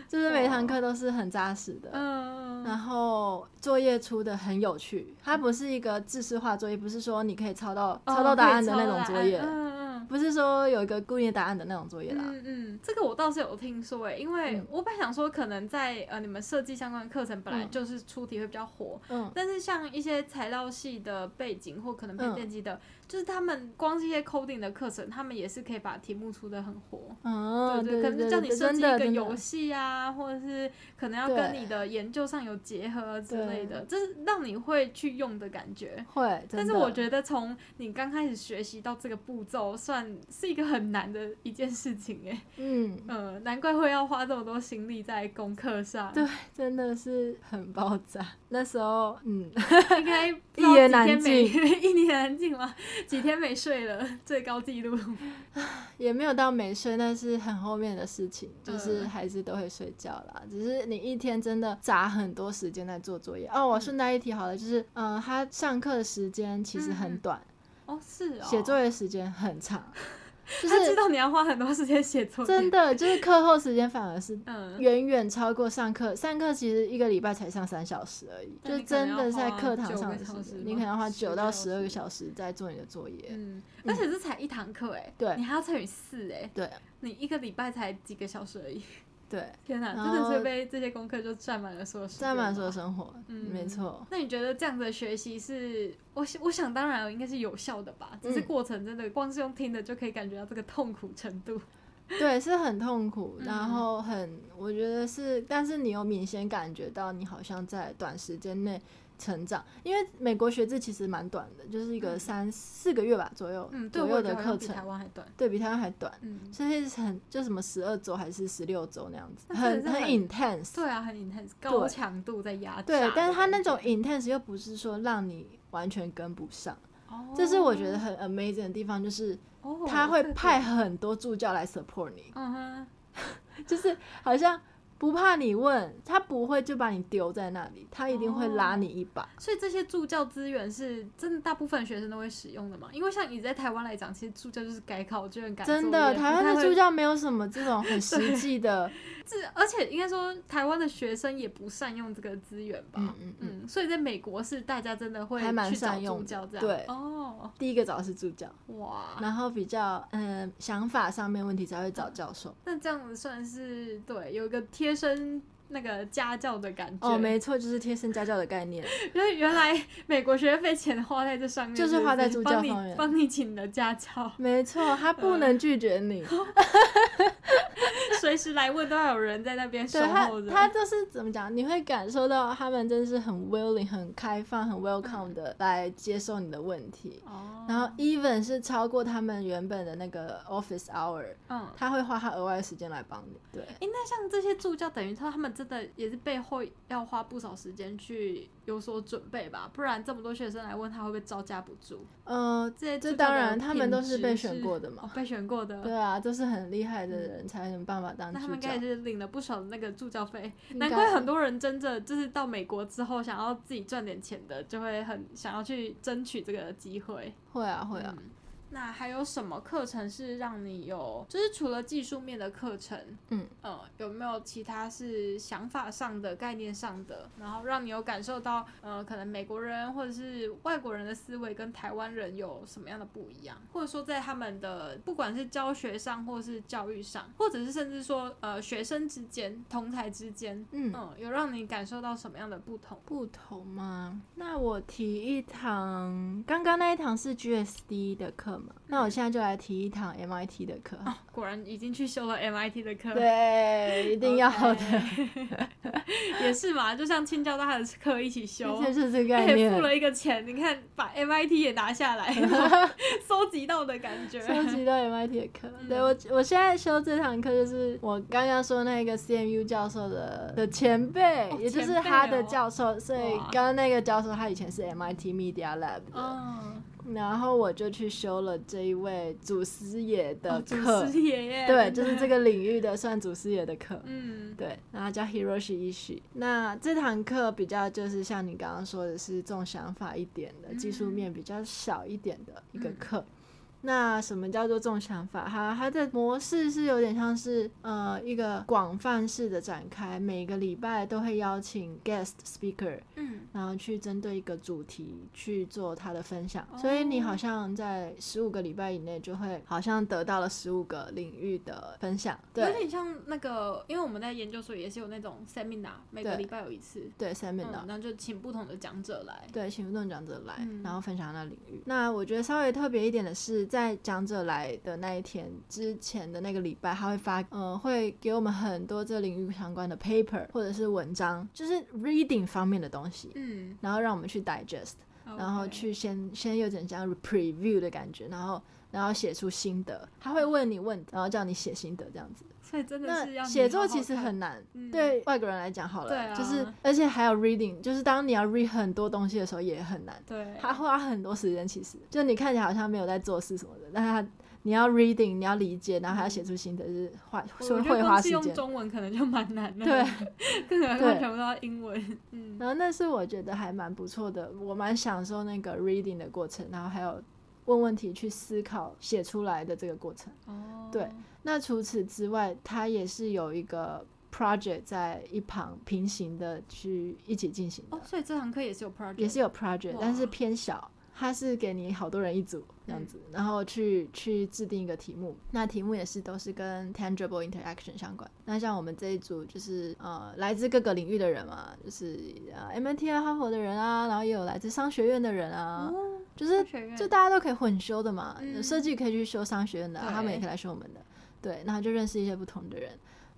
S2: 就是每堂课都是很扎实的。啊
S1: 嗯，
S2: 然后作业出的很有趣，它不是一个知识化作业，不是说你可以抄到、
S1: 哦
S2: 抄到答案的
S1: 可以
S2: 那
S1: 抄
S2: 种
S1: 答
S2: 作
S1: 案
S2: 业，
S1: 嗯嗯。
S2: 不是说有一个固定的答案的那种作业啦。
S1: 嗯嗯，这个我倒是有听说诶，因为
S2: 嗯
S1: 我本来想说，可能在呃你们设计相关的课程本来
S2: 嗯
S1: 就是出题会比较火，
S2: 嗯，
S1: 但是像一些材料系的背景或可能
S2: 嗯
S1: 偏电机的，就是他们光是一些 coding 的课程，他们也是可以把题目出的很火。
S2: 哦，
S1: 对
S2: 对
S1: 可
S2: 对
S1: 能
S2: 对，
S1: 就叫你设
S2: 真
S1: 计一
S2: 的
S1: 个
S2: 真的
S1: 游戏啊，或者是可能要
S2: 对
S1: 跟你的研究上有结合之类的，这是让你会去用的感觉。
S2: 会，
S1: 但
S2: 真
S1: 是
S2: 的
S1: 我觉得从你刚开始学习到这个步骤，算是一个很难的一件事情欸诶。
S2: 嗯，
S1: 嗯，难怪会要花这么多心力在功课 [laughs] 上，
S2: 对，真的是很爆炸。那时候，嗯， [laughs]
S1: 应该
S2: 一言难
S1: 不知道几天没， [laughs] 一言难尽吗？几天没睡了，最高纪录。
S2: 也没有到没睡，那是很后面的事情，就是
S1: 嗯
S2: 还是都会睡觉啦。只是你一天真的砸很多时间在做作业。哦，我
S1: 嗯
S2: 顺带一提好了，就是，嗯、他上课的时间其实
S1: 嗯
S2: 很
S1: 嗯
S2: 短，
S1: 哦，是哦，
S2: 写、作业的时间
S1: [laughs]
S2: 很长，就
S1: 他知
S2: 是
S1: 道你要花很多时间写作业，
S2: 真的，就是课后时间反而是
S1: 嗯，
S2: 远远超过上课，上课其实一个礼拜才上三小时而已，
S1: 那
S2: 就
S1: 你可能
S2: 真
S1: 要
S2: 的是在
S1: 花
S2: 课堂
S1: 9
S2: 上
S1: 个
S2: 的
S1: 小
S2: 时
S1: 时
S2: 间，
S1: 吗
S2: 你可能要花
S1: 10
S2: 九到十二
S1: 个
S2: 个小时在做你的作业。
S1: 嗯，而且这才一堂课哎，
S2: 对
S1: 你还要乘以四哎，
S2: 对
S1: 你一个礼拜才几个小时而 [laughs] 已，
S2: 对，
S1: 天哪，
S2: 然
S1: 真的
S2: 后
S1: 是被这些功课就占满了所有时间，
S2: 占满所有。生活，
S1: 嗯
S2: 没错。
S1: 那你觉得这样子的学习是，我想我想当然应该是有效的吧？只是
S2: 嗯
S1: 过程真的光是用听的就可以感觉到这个痛苦程度。
S2: 对，是很痛苦，然
S1: 嗯
S2: 后很，我觉得是，但是你有明显感觉到你好像在短时间内成长，因为美国学制其实蛮短的，就是一个
S1: 嗯
S2: 三四个月吧左右
S1: 嗯，对
S2: 左
S1: 我
S2: 右
S1: 也觉
S2: 的
S1: 得好像
S2: 课
S1: 比台
S2: 程，
S1: 湾还短。
S2: 对比台湾还短。
S1: 嗯，
S2: 所以是很就什么十二周还是十六周那样子，
S1: 那真
S2: 很
S1: 的是很
S2: intense。
S1: 对啊，很 intense，高强度在压榨的感
S2: 对
S1: 觉。，
S2: 但是他那种 intense 又不是说让你完全跟不上，
S1: 哦，
S2: 这是我觉得很 amazing 的地方，就是
S1: 哦
S2: 他会
S1: 这个
S2: 派很多助教来 support 你， [laughs]
S1: 嗯哼，
S2: 就是好像不怕你问，他不会就把你丢在那里，他一定会拉你一把。
S1: 所以这些助教资源是真的，大部分学生都会使用的嘛？因为像你在台湾来讲，其实助教就是改考卷、改
S2: 真
S1: 作
S2: 的，
S1: 业
S2: 台湾的助，教没有什么这种很实
S1: [laughs]
S2: 际的，
S1: 不太会这而且应该说台湾的学生也不善用这个资源吧？
S2: 嗯嗯嗯，
S1: 嗯，所以在美国是大家真的会
S2: 还蛮
S1: 去找
S2: 善用
S1: 助
S2: 的
S1: 教这样。
S2: 对
S1: 哦，
S2: 第一个找的是助教，
S1: 哇，
S2: 然后比较嗯想法上面问题才会找教授。
S1: 那这样子算是对有一个贴身那个家教的感觉。
S2: 哦，没错，就是贴身家教的概念。
S1: 因为原来美国学费钱花在这上面，
S2: 就是
S1: 不
S2: 花在助教
S1: 帮你
S2: 上面
S1: 帮你请的家教， [laughs]
S2: 没错，他不能
S1: 嗯
S2: 拒绝你。
S1: 随时来问都要有人在那边守
S2: 对他
S1: 候，着。
S2: 他就是怎么讲？你会感受到他们真是很 willing、很开放、很 welcome 的来接受你的问题。
S1: 嗯哦，
S2: 然后 even 是超过他们原本的那个 office hour，
S1: 嗯，
S2: 他会花他额外的时间来帮你。对，
S1: 诶，那像这些助教，等于说他们真的也是背后要花不少时间去有所准备吧，不然这么多学生来问他，会不会招架不住？
S2: 呃，
S1: 这些
S2: 这
S1: 助教
S2: 当
S1: 的
S2: 然他们都是
S1: 品
S2: 被
S1: 质
S2: 选过的嘛
S1: 哦被选过的。
S2: 对啊，都是很厉害的人才有办法当
S1: 嗯那他
S2: 助
S1: 们应
S2: 教
S1: 该也。是领了不少的那个助教费，
S2: 应
S1: 难
S2: 该
S1: 怪很多人真的就是到美国之后想要自己赚点钱的，就会很想要去争取这个机会。
S2: 会啊，会啊。
S1: 嗯那还有什么课程是让你有，就是除了技术面的课程，
S3: 嗯
S1: 呃，有没有其他是想法上的、概念上的，然后让你有感受到，呃，可能美国人或者是外国人的思维跟台湾人有什么样的不一样，或者说在他们的不管是教学上，或是教育上，或者是甚至说，呃，学生之间、同台之间，
S3: 嗯，
S1: 嗯，有让你感受到什么样的不同？
S2: 不同吗？那我提一堂，刚刚那一堂是 GSD 的课嘛？那我现在就来提一堂 MIT 的课。
S1: 哦，果然已经去修了 MIT 的课， [laughs]
S2: 对，一定要的
S1: 也是嘛，就像清交大的课一起修，
S2: 这 [laughs] 就是这个
S1: 而
S2: 概
S1: 且
S2: 念
S1: 哎付。了一个钱，你看把 MIT 也拿下
S2: [laughs]
S1: 来，收集到的感觉。
S2: 收集到 MIT 的课，
S1: 嗯
S2: 对我我现在修这堂课就是我刚刚说那个 CMU 教授的的前辈，
S1: 哦
S2: 也就是
S1: 前辈
S2: 他的
S1: 哦
S2: 教授，所以
S1: 哇
S2: 刚刚那个教授他以前是 MIT Media Lab 的，
S1: 嗯，
S2: 然后我就去修了这一位祖师爷的
S1: 哦祖
S2: 课，
S1: 师爷耶，
S2: 对，
S1: 真的
S2: 就是这，个领域的算祖师爷的课。
S1: 嗯，
S2: 对，然后叫 Hiroshi Ishi。那这堂课比较就是像你刚刚说的是重想法一点的，技术
S1: 嗯
S2: 面比较少一点的一个
S1: 嗯
S2: 课。那什么叫做重想法？它它的模式是有点像是呃一个广泛式的展开，每个礼拜都会邀请 guest speaker，
S1: 嗯，
S2: 然后去针对一个主题去做他的分享。所以你
S1: 哦
S2: 好像在十五个礼拜以内就会好像得到了十五个领域的分享，对
S1: 有点像那个，因为我们在研究所也是有那种 seminar，每个
S2: 对
S1: 礼拜有一次，
S2: 对 seminar
S1: 嗯，。那就请不同的讲者来，
S2: 对，请论讲者来，
S1: 嗯
S2: 然后分享那领域。那我觉得稍微特别一点的是，在讲者来的那一天之前的那个礼拜，他会发，呃，会给我们很多这领域相关的 paper 或者是文章，就是 reading 方面的东西，
S1: 嗯，
S2: 然后让我们去 digest，然后
S1: OK，
S2: 去先先有点像 preview 的感觉，然后。然后写出心得，他会问你问题，然后叫你写心得这样子。
S1: 所以真的是要
S2: 那
S1: 你
S2: 写
S1: 好
S2: 作
S1: 好
S2: 其实
S1: 看
S2: 很难，
S1: 嗯
S2: 对外国人来讲好了，
S1: 对啊
S2: 就是而且还有 reading，就是当你要 read 很多东西的时候也很难，
S1: 对，
S2: 他花很多时间，其实就你看起来好像没有在做事什么的，但是他你要 reading，你要理解，然后还要写出新的，就是花
S1: 我
S2: 是
S1: 我觉
S2: 会
S1: 得
S2: 花
S1: 光
S2: 时
S1: 是用
S2: 间。
S1: 中文可能就蛮难的，[laughs]
S2: [laughs] 对，
S1: 更何况
S2: 对
S1: 全部都要英文，嗯，
S2: 然后那是我觉得还蛮不错的，我蛮享受那个 reading 的过程，然后还有问问题去思考写出来的这个过程。
S1: 哦
S2: 对那除此之外，它也是有一个 project 在一旁平行的去一起进行的
S1: 哦，，所以这堂课也是有 project，
S2: 也是有 project，
S1: 哇
S2: 但是偏小，它是给你好多人一组这样
S1: 嗯
S2: 子，然后去去制定一个题目。那题目也是都是跟 tangible interaction 相关。那像我们这一组就是呃来自各个领域的人嘛，就是呃 MIT 啊、哈佛的人啊，然后也有来自商学院的人啊，
S1: 哦，
S2: 就是
S1: 商学院
S2: 就大家都可以混修的嘛，
S1: 嗯
S2: 有设计可以去修商学院的啊、
S1: 对
S2: 他们也可以来修我们的，对，那就认识一些不同的人。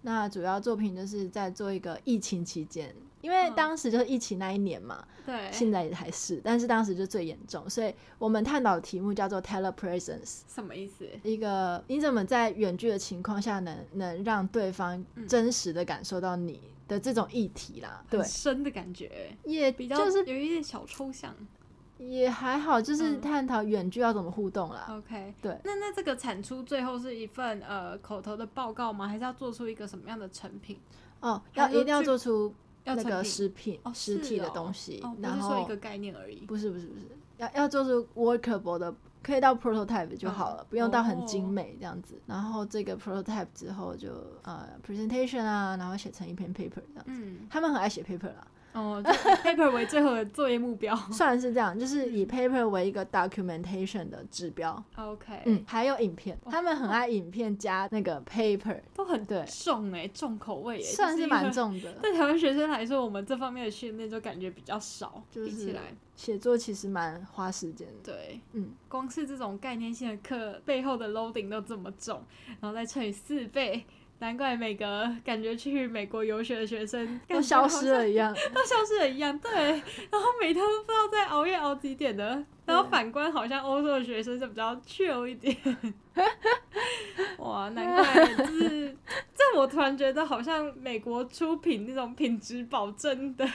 S2: 那主要作品就是在做一个疫情期间，因为
S1: 嗯
S2: 当时就是疫情那一年嘛，
S1: 对，
S2: 现在也还是，但是当时就最严重，所以我们探讨的题目叫做 telepresence，
S1: 什么意思？
S2: 一个你怎么在远距的情况下能能让对方
S1: 嗯
S2: 真实的感受到你的这种议题啦，对
S1: 很，深的感觉，
S2: 也
S1: 比较
S2: 就是
S1: 有一点小抽象。
S2: 也还好，就是
S1: 嗯
S2: 探讨远距要怎么互动啦。
S1: OK，
S2: 对
S1: 那那这个产出最后是一份呃口头的报告吗？还是要做出一个什么样的成品？
S2: 哦，
S1: 还
S2: 要
S1: 是
S2: 一定要
S1: 去
S2: 做出
S1: 要
S2: 那
S1: 成
S2: 个
S1: 品
S2: 实品
S1: 哦，
S2: 实
S1: 是
S2: 体的
S1: 哦
S2: 东西
S1: 哦，，不
S2: 然
S1: 是说一
S2: 后
S1: 个概念而已。
S2: 不是不是不是，要要做出 workable 的，可以到 prototype 就好了，不用到很精美这样子。然后这个 prototype 之后就呃 presentation 啊，然后写成一篇 paper 这样。
S1: 嗯，
S2: 他们很爱写 paper 啦， [laughs]
S1: 哦，就 paper 为最后的作业目标。
S2: 虽然是这样，就是以 paper 为一个 documentation 的指标。
S1: OK，
S2: 嗯，还有影片，
S1: 哦
S2: 他们很爱影片加那个 paper，
S1: 都很
S2: 对
S1: 重哎，重口味哎，
S2: 算
S1: 就是一
S2: 蛮
S1: 个。
S2: 重 [laughs] 的。
S1: [laughs] 对台湾学生来说，我们这方面的训练就感觉比较少，
S2: 就
S1: 比起
S2: 是
S1: 来，
S2: 写作其实蛮花时间的，
S1: 对，
S2: 嗯，
S1: 光是这种概念性的课背后的 loading 都这么重，然后再乘以四倍，难怪每个感觉去美国游学的学生
S2: 都消失，了一样。
S1: 感觉好像都消失了一样。对，然后每天都不知道在熬夜熬几点的。然后反观，好像欧洲的学生就比较 chill 一点。 [laughs] 哇，难怪就是 [laughs] 这，我突然觉得好像美国出品那种品质保证的，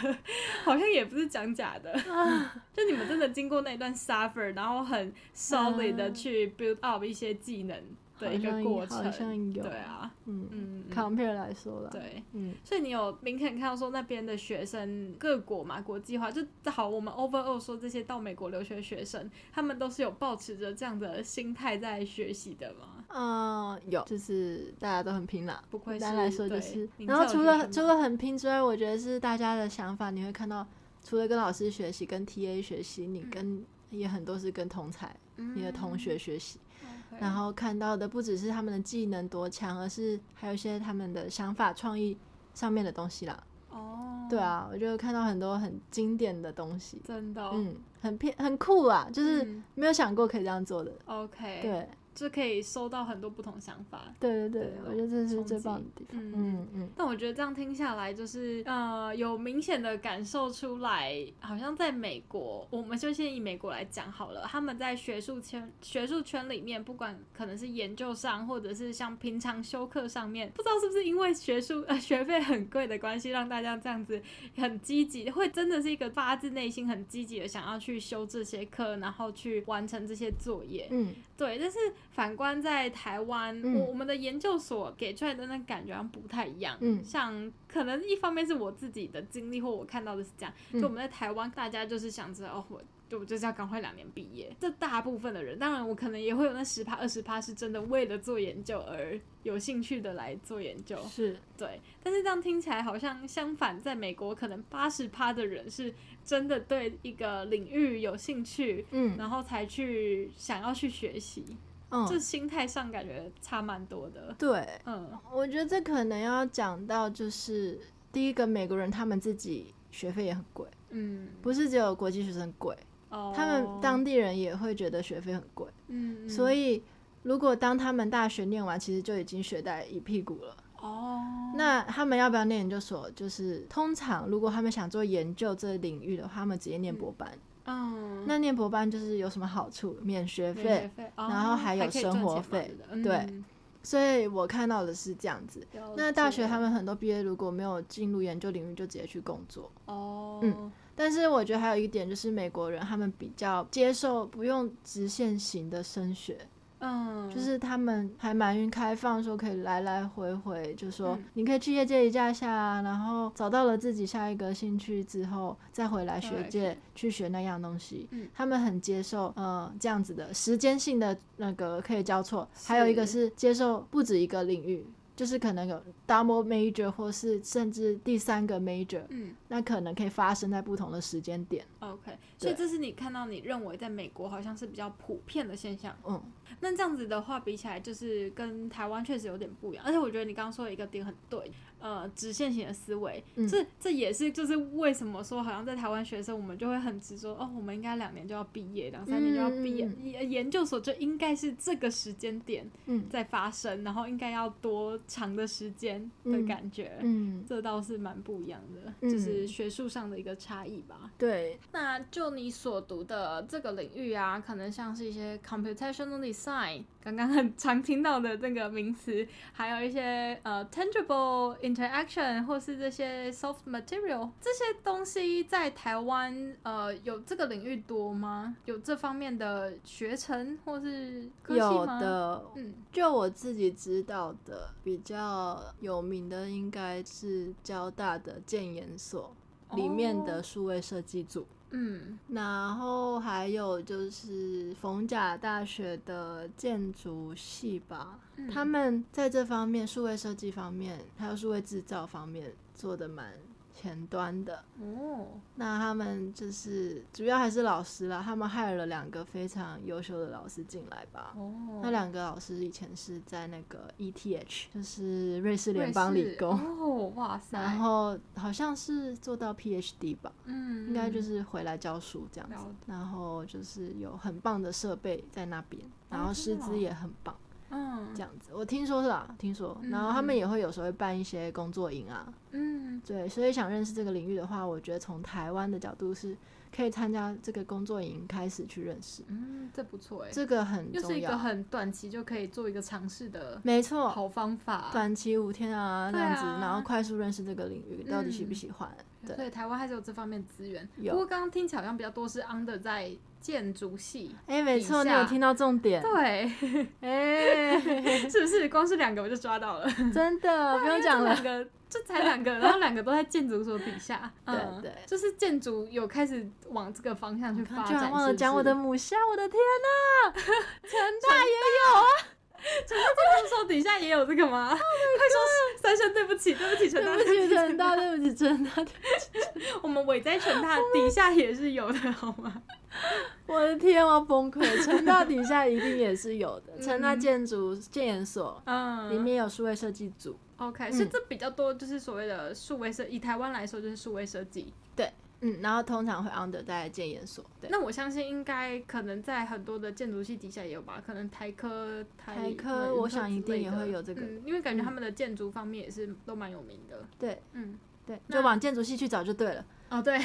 S1: 好像也不是讲假的。
S2: 啊
S1: 就你们真的经过那一段 suffer，然后很 solid 的去 build up 一些技能，的一个
S2: 嗯好像
S1: 过
S2: 好
S1: 程。
S2: 像有
S1: 对啊，
S2: 嗯嗯
S1: 嗯，嗯
S2: ，compare 来说啦，
S1: 对。
S2: 嗯，
S1: 所以你有明显看到说那边的学生各国嘛国际化，就好，我们 overall 说这些到美国留学的学生，他们都是有保持着这样的心态在学习的吗？
S2: 嗯，有，就是大家都很拼啦。
S1: 不愧
S2: 简
S1: 是
S2: 单来说就
S1: 对
S2: 是，
S1: 名
S2: 然后
S1: 校
S2: 除
S1: 学
S2: 了
S1: 生
S2: 除
S1: 嘛
S2: 了很拼之外，我觉得是大家的想法，你会看到，除了跟老师学习、跟 TA 学习，你
S1: 嗯
S2: 跟、也很多是跟同才、你的同学，学习，
S1: 嗯，OK
S2: 然后看到的不只是他们的技能多强，而是还有一些他们的想法、创意上面的东西啦。
S1: 哦，
S2: 对，啊，我就看到很多很经典的东西，
S1: 真的哦、
S2: 嗯，很偏很酷啊，就是
S1: 嗯
S2: 没有想过可以这样做的。
S1: OK，，
S2: 对
S1: 就可以收到很多不同想法。
S2: 对对
S1: 对
S2: 对，
S1: 那
S2: 我觉得这是
S1: 冲
S2: 最
S1: 击
S2: 棒的地方。
S1: 嗯
S2: 嗯嗯。
S1: 但我觉得这样听下来，就是呃，有明显的感受出来，好像在美国，我们就先以美国来讲好了。他们在学术圈、学术圈里面，不管可能是研究上，或者是像平常修课上面，不知道是不是因为学术呃学费很贵的关系，让大家这样子很积极，会真的是一个发自内心很积极的想要去修这些课，然后去完成这些作业。
S2: 嗯
S1: 对，但是反观在台湾，
S2: 嗯
S1: 我我们的研究所给出来的那感觉好像不太一样。
S2: 嗯
S1: 像可能一方面是我自己的经历，或我看到的是这样，
S2: 嗯
S1: 就我们在台湾，大家就是想着哦，我就我就是要赶快两年毕业。这大部分的人，当然我可能也会有那十趴二十趴是真的为了做研究而有兴趣的来做研究。
S2: 是，
S1: 对，但是这样听起来好像相反，在美国可能八十趴的人是真的对一个领域有兴趣，
S2: 嗯
S1: 然后才去想要去学习，这
S2: 嗯，
S1: 心态上感觉差蛮多的。
S2: 对，
S1: 嗯
S2: 我觉得这可能要讲到，就是第一个美国人他们自己学费也很贵，
S1: 嗯，
S2: 不是只有国际学生贵，
S1: 哦，
S2: 他们当地人也会觉得学费很贵，
S1: 嗯，嗯
S2: 所以如果当他们大学念完，其实就已经学贷一屁股了。
S1: 哦，
S2: 那他们要不要念研究所？就是通常如果他们想做研究这领域的话，他们直接念博班。
S1: 嗯，
S2: 那念博班就是有什么好处？免学
S1: 免
S2: 费。
S1: 费，
S2: 然后
S1: 哦
S2: 还有
S1: 可以
S2: 生
S1: 赚
S2: 活
S1: 钱嘛
S2: 费
S1: 对不对，
S2: 对
S1: 嗯
S2: 所以我看到的是这样子。
S1: 了
S2: 那大学
S1: 解
S2: 他们很多毕业如果没有进入研究领域，就直接去工作。
S1: 哦，
S2: 嗯但是我觉得还有一点就是美国人他们比较接受不用直线型的升学，
S1: 嗯，
S2: 就是他们还蛮开放，说可以来来回回，就说
S1: 嗯
S2: 你可以去业界一下下啊，然后找到了自己下一个兴趣之后，再回来学界去学那样东西
S1: 嗯。
S2: 他们很接受呃这样子的时间性的那个可以交错，还有一个是接受不止一个领域。就是可能有 double major 或是甚至第三个 major，
S1: 嗯
S2: 那可能可以发生在不同的时间点。
S1: ，OK，所以
S2: 对
S1: 这是你看到你认为在美国好像是比较普遍的现象。
S2: 嗯，
S1: 那这样子的话，比起来就是跟台湾确实有点不一样，而且我觉得你刚刚说的一个点很对，呃，直线型的思维，
S2: 嗯
S1: 这这也是就是为什么说好像在台湾学生，我们就会很执着哦，我们应该两年就要毕业，两三年就要毕业，
S2: 嗯
S1: 研研究所就应该是这个时间点
S2: 嗯
S1: 在发生，然后应该要多长的时间的感觉，
S2: 嗯，
S1: 这倒是蛮不一样的，
S2: 嗯
S1: 就是学术上的一个差异吧。
S2: 对，
S1: 那就你所读的这个领域啊，可能像是一些 computational design，刚刚很常听到的那个名词，还有一些呃 tangible interaction 或是这些 soft material 这些东西，在台湾呃有这个领域多吗？有这方面的学程或是科系
S2: 有
S1: 吗？，
S2: 的。
S1: 嗯，
S2: 就我自己知道的，比较有名的应该是交大的建研所里面的
S1: 哦，
S2: 数位设计组，
S1: 嗯
S2: 然后还有就是逢甲大学的建筑系吧，
S1: 嗯
S2: 他们在这方面数位设计方面，还有数位制造方面做的蛮前端的。
S1: 哦，
S2: 那他们就是主要还是老师啦，他们害了两个非常优秀的老师进来吧。
S1: 哦
S2: 那两个老师以前是在那个 ETH，就是瑞士联
S1: 瑞
S2: 邦理
S1: 士
S2: 工，
S1: 哦，哇塞，
S2: [laughs] 然后好像是做到 PhD 吧，
S1: 嗯，
S2: 应该就
S1: 嗯
S2: 是回来教书这样子
S1: 了。
S2: 然后就是有很棒的设备在那边，然后师
S1: 真的哦
S2: 资也很棒，
S1: 嗯
S2: 这样子。我听说是啦，听说。然后他们
S1: 嗯
S2: 也会有时候会办一些工作营啊，
S1: 嗯，
S2: 对，所以想认识这个领域的话，我觉得从台湾的角度是可以参加这个工作营开始去认识，
S1: 嗯，这不错哎、
S2: 这个很
S1: 又是
S2: 重
S1: 一个
S2: 要。哦
S1: 很短期就可以做一个尝试的
S2: 没错，
S1: 好方法。
S2: 短期五天啊这
S1: 对啊
S2: 样子，然后快速认识这个领域到底喜不
S1: 嗯
S2: 喜欢。对，
S1: 对，台湾还是有这方面的资源。
S2: 有
S1: 不过刚刚听起来好像比较多是 under 在建筑系，
S2: 哎，没错，
S1: 底
S2: 你
S1: 下
S2: 有听到重点。 [laughs]
S1: 对，
S2: 哎，
S1: 是不是？光是两个我就抓到了，
S2: [laughs] 真的不用讲
S1: [laughs]
S2: 了
S1: 两。个这才两个，然后两个都在建筑所底下。
S2: [laughs] 对
S1: 嗯
S2: 对
S1: 就是建筑有开始往这个方向去
S2: 我刚
S1: 发
S2: 居
S1: 展。
S2: 然忘了
S1: 是不
S2: 讲我的
S1: 是
S2: 母校，我的天呐，成大也
S1: 建筑所底下也有这个吗？快 [laughs] 说三声对不起，对不起，陈大， [laughs]
S2: 对不起，成
S1: 陈
S2: 大，对不起，成大，
S1: 我们伟在成
S2: [laughs]
S1: 大底下也是有的，好吗？
S2: 我的天，我要崩溃！成大底下一定也是有
S1: [laughs]
S2: 的，成大
S1: 嗯
S2: 建筑建研所
S1: 嗯，
S2: 里面有数位设计组，
S1: OK，
S2: 嗯
S1: 所以这比较多就是所谓的数位设，以台湾来说就是数位设计。
S2: 嗯，然后通常会 under 在建研所，对，
S1: 那我相信应该可能在很多的建筑系底下也有吧，可能台科、
S2: 台
S1: 台
S2: 科
S1: 呃云
S2: 我
S1: 科
S2: 想一
S1: 之类
S2: 定也
S1: 的
S2: 会有这个
S1: 嗯因为感觉
S2: 嗯
S1: 他们的建筑方面也是都蛮有名的。
S2: 对
S1: 嗯，
S2: 对，
S1: 那
S2: 就往建筑系去找就对了。
S1: 哦 [laughs] 对，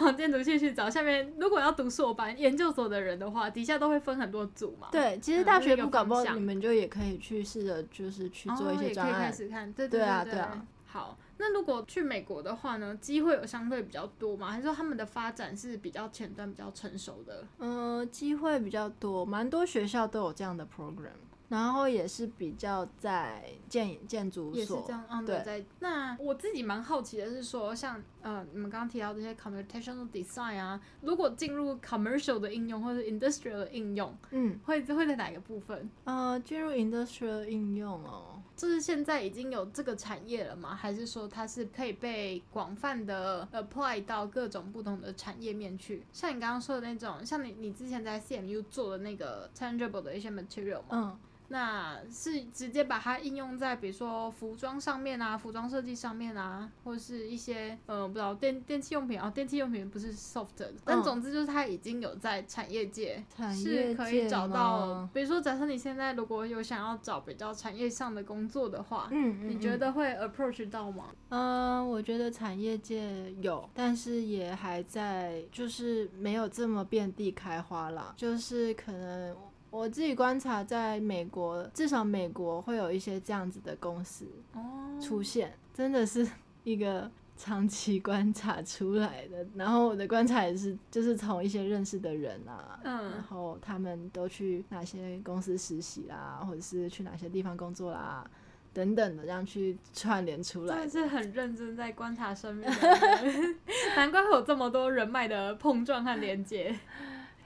S1: 往建筑系去找。下面如果要读硕班、研究所的人的话，底下都会分很多组嘛。
S2: 对，其实
S1: 嗯
S2: 大
S1: 这是一
S2: 学
S1: 个
S2: 部搞不好
S1: 方向
S2: 你们就也可以去试着就是去
S1: 哦，
S2: 做一些专
S1: 也可以
S2: 案
S1: 开，始看，对
S2: 对
S1: 对
S2: 啊
S1: 对
S2: 对啊
S1: 好，那如果去美国的话呢，机会有相对比较多吗？还是说他们的发展是比较前端、比较成熟的？
S2: 嗯，机会比较多，蛮多学校都有这样的 program，然后也是比较在建建筑
S1: 也是
S2: 所
S1: 这，样，嗯，
S2: 对
S1: 在那我自己蛮好奇的是说，像呃，你们刚刚提到这些 computational design 啊，如果进入 commercial 的应用或者 industrial 的应用，
S2: 嗯，
S1: 会会在哪个部分？
S2: 呃，进入 industrial 应用哦，
S1: 就是现在已经有这个产业了吗？还是说它是可以被广泛的 apply 到各种不同的产业面去？像你刚刚说的那种，像你你之前在 CMU 做的那个 tangible 的一些 material 嘛，
S2: 嗯。
S1: 那是直接把它应用在比如说服装上面啊，服装设计上面啊，或是一些呃不知道电电器用品啊，电器用品不是 soft，的但
S2: 嗯
S1: 总之就是它已经有在产业界。
S2: 产
S1: 是
S2: 业
S1: 可以
S2: 界
S1: 找到
S2: 吗，
S1: 比如说，假设你现在如果有想要找比较产业上的工作的话，
S2: 嗯，嗯
S1: 你觉？得会 approach 到吗？
S2: 嗯、呃我觉得产业界有，但是也还在，就是没有这么遍地开花啦。就是可能我自己观察，在美国，至少美国会有一些这样子的公司
S1: 哦
S2: 出现，真的是 [laughs] 一个长期观察出来的。然后我的观察也是，就是从一些认识的人啊，然
S1: 嗯，
S2: 后他们都去哪些公司实习啦，或者是去哪些地方工作啦，等等的，这样去串联出
S1: [laughs] 真
S2: 来
S1: 的
S2: 的。
S1: 是很认真在观察生命的人，难怪会有这么多人脉的碰撞和连
S2: [laughs]
S1: 接。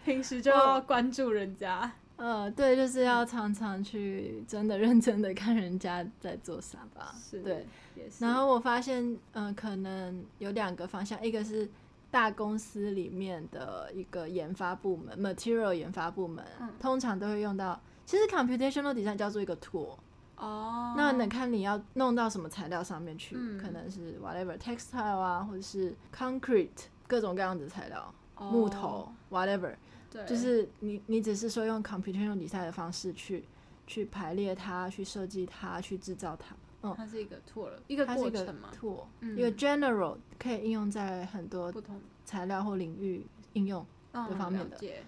S1: 平时就要关注人家，
S2: 呃，对，就是要常常去真的认真的看人家在做啥吧。
S1: 是
S2: 对。，
S1: 也是。
S2: 然后我发现，嗯、可能有两个方向，一个是大公司里面的一个研发部门，material 研发部门，
S1: 嗯
S2: 通常都会用到。其实 computational design 叫做一个 tool，
S1: 哦，
S2: 那能看你要弄到什么材料上面去，
S1: 嗯
S2: 可能是 whatever textile 啊，或者是 concrete 各种各样的材料，
S1: 哦
S2: 木头 whatever，
S1: 对，
S2: 就是你你只是说用 computational design 的方式去去排列它，去设计它，去制造它。嗯，
S1: 它是一个 tool，一个
S2: 它是
S1: 过
S2: 一个
S1: 程嘛，
S2: tool，、
S1: 嗯
S2: 一个 general 可以应用在很多
S1: 不同
S2: 材料或领域应用。
S1: 嗯
S2: 方面
S1: 了
S2: 的
S1: 解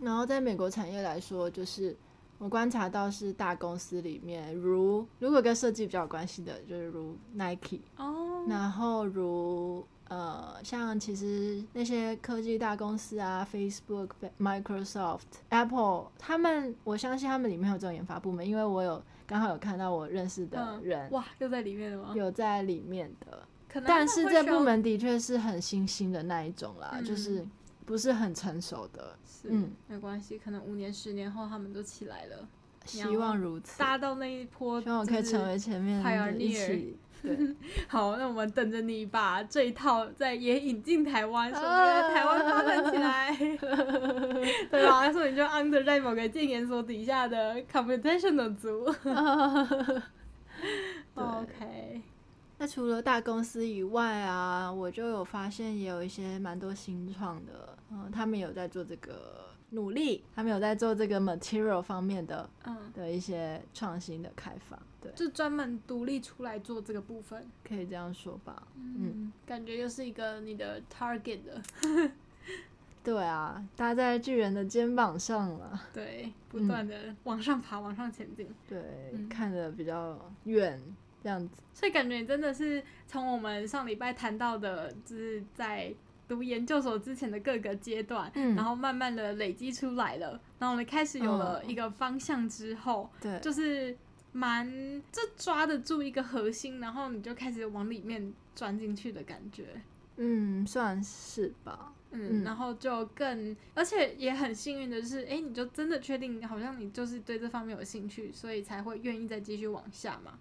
S2: 然后在美国产业来说，就是我观察到是大公司里面，如如果跟设计比较有关系的，就是如 Nike，
S1: 哦，
S2: 然后如呃，像其实那些科技大公司啊，Facebook、Microsoft、Apple，他们我相信他们里面有这种研发部门，因为我有刚好有看到我认识的
S1: 嗯
S2: 人、
S1: 哇，又在里面了吗？
S2: 有在里面的，
S1: 可能他
S2: 但
S1: 们
S2: 是
S1: 会
S2: 这
S1: 需要
S2: 部门的确是很新兴的那一种啦，
S1: 嗯
S2: 就是不是很成熟的，
S1: 是
S2: 嗯
S1: 没关系，可能五年、十年后他们都起来了，
S2: 希望如此。
S1: 搭到那一波，
S2: 希望我可以
S1: 就是
S2: 成为前面的一
S1: pioneer
S2: 起，对，
S1: 好，那我们等着你把这一套再也引进台湾，说不定在台湾发展起来，对吧？所以你就 under 在某个建研所底下 [laughs] 的 computational 组。
S2: 对
S1: OK，
S2: 那除了大公司以外啊，我就有发现也有一些蛮多新创的，嗯，他们有在做这个努力，他们有在做这个 material 方面的
S1: 嗯，
S2: 的一些创新的开发，对，
S1: 就专门独立出来做这个部分。
S2: 可以这样说吧。
S1: 嗯，感觉又是一个你的 target 的，
S2: 对啊，搭在巨人的肩膀上了，
S1: 对，不断的往上爬，往上前进。
S2: 对，
S1: 嗯
S2: 看得比较远这样子。
S1: 所以感觉你真的是从我们上礼拜谈到的，就是在读研究所之前的各个阶段，
S2: 嗯
S1: 然后慢慢的累积出来了，然后呢开始有了
S2: 嗯
S1: 一个方向之后，
S2: 对，
S1: 就是蛮就抓得住一个核心，然后你就开始往里面钻进去的感觉。
S2: 嗯，算是吧。
S1: 嗯，
S2: 嗯
S1: 然后就更，而且也很幸运的是，哎，你就真的确定，好像你就是对这方面有兴趣，所以才会愿意再继续往下嘛，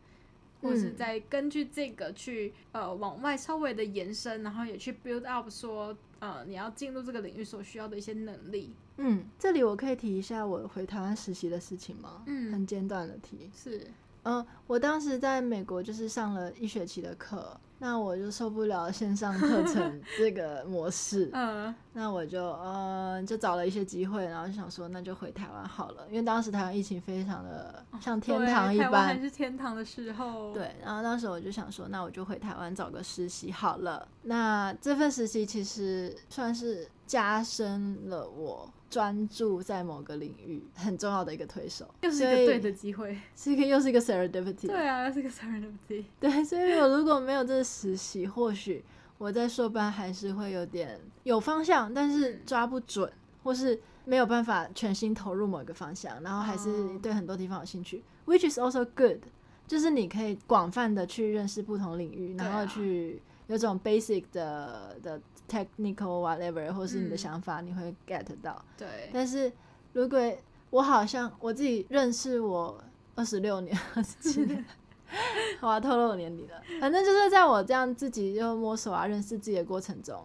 S1: 或是
S2: 嗯
S1: 再根据这个去呃往外稍微的延伸，然后也去 build up 说，呃，你要进入这个领域所需要的一些能力。
S2: 嗯，这里我可以提一下我回台湾实习的事情吗？
S1: 嗯
S2: 很简短的提。
S1: 是，
S2: 嗯，我当时在美国就是上了一学期的课，那我就受不了线上课
S1: [laughs]
S2: 程这个模式，
S1: 嗯
S2: 那我就嗯就找了一些机会，然后就想说那就回台湾好了，因为当时台湾疫情非常的像天堂一
S1: 哦对台湾还
S2: 般。
S1: 是天堂的时候，，
S2: 对，然后当时我就想说，那我就回台湾找个实习好了。那这份实习其实算是加深了我专注在某个领域很重要的一个推手，
S1: 又是一个
S2: 所以
S1: 对的机会。 [laughs]
S2: 是一个又是一个 serendipity。
S1: 对啊，又是个 [laughs] serendipity。
S2: 对，所以我如果没有这个实习，或许我在硕班还是会有点有方向，但是
S1: 嗯
S2: 抓不准，或是没有办法全心投入某一个方向，然后还是
S1: 哦
S2: 对很多地方有兴趣、w h i c h is also good，就是你可以广泛的去认识不同领域，
S1: 对
S2: 然后
S1: 啊
S2: 去有种 basic 的的 technical whatever，或是你的
S1: 嗯
S2: 想法，你会 get 到。
S1: 对，
S2: 但是如果我好像我自己认识我二十六年、 [laughs] 二十七
S1: [laughs]
S2: 年，好啊，透露我年龄了。反正就是在我这样自己就摸索啊、认识自己的过程中，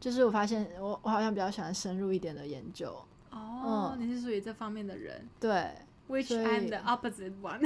S2: 就是我发现我我好像比较喜欢深入一点的研究。
S1: 哦，
S2: 嗯
S1: 你是属于这方面的人。
S2: 对
S1: Which
S2: 所
S1: I'm
S2: 以
S1: the opposite
S2: [laughs]
S1: one.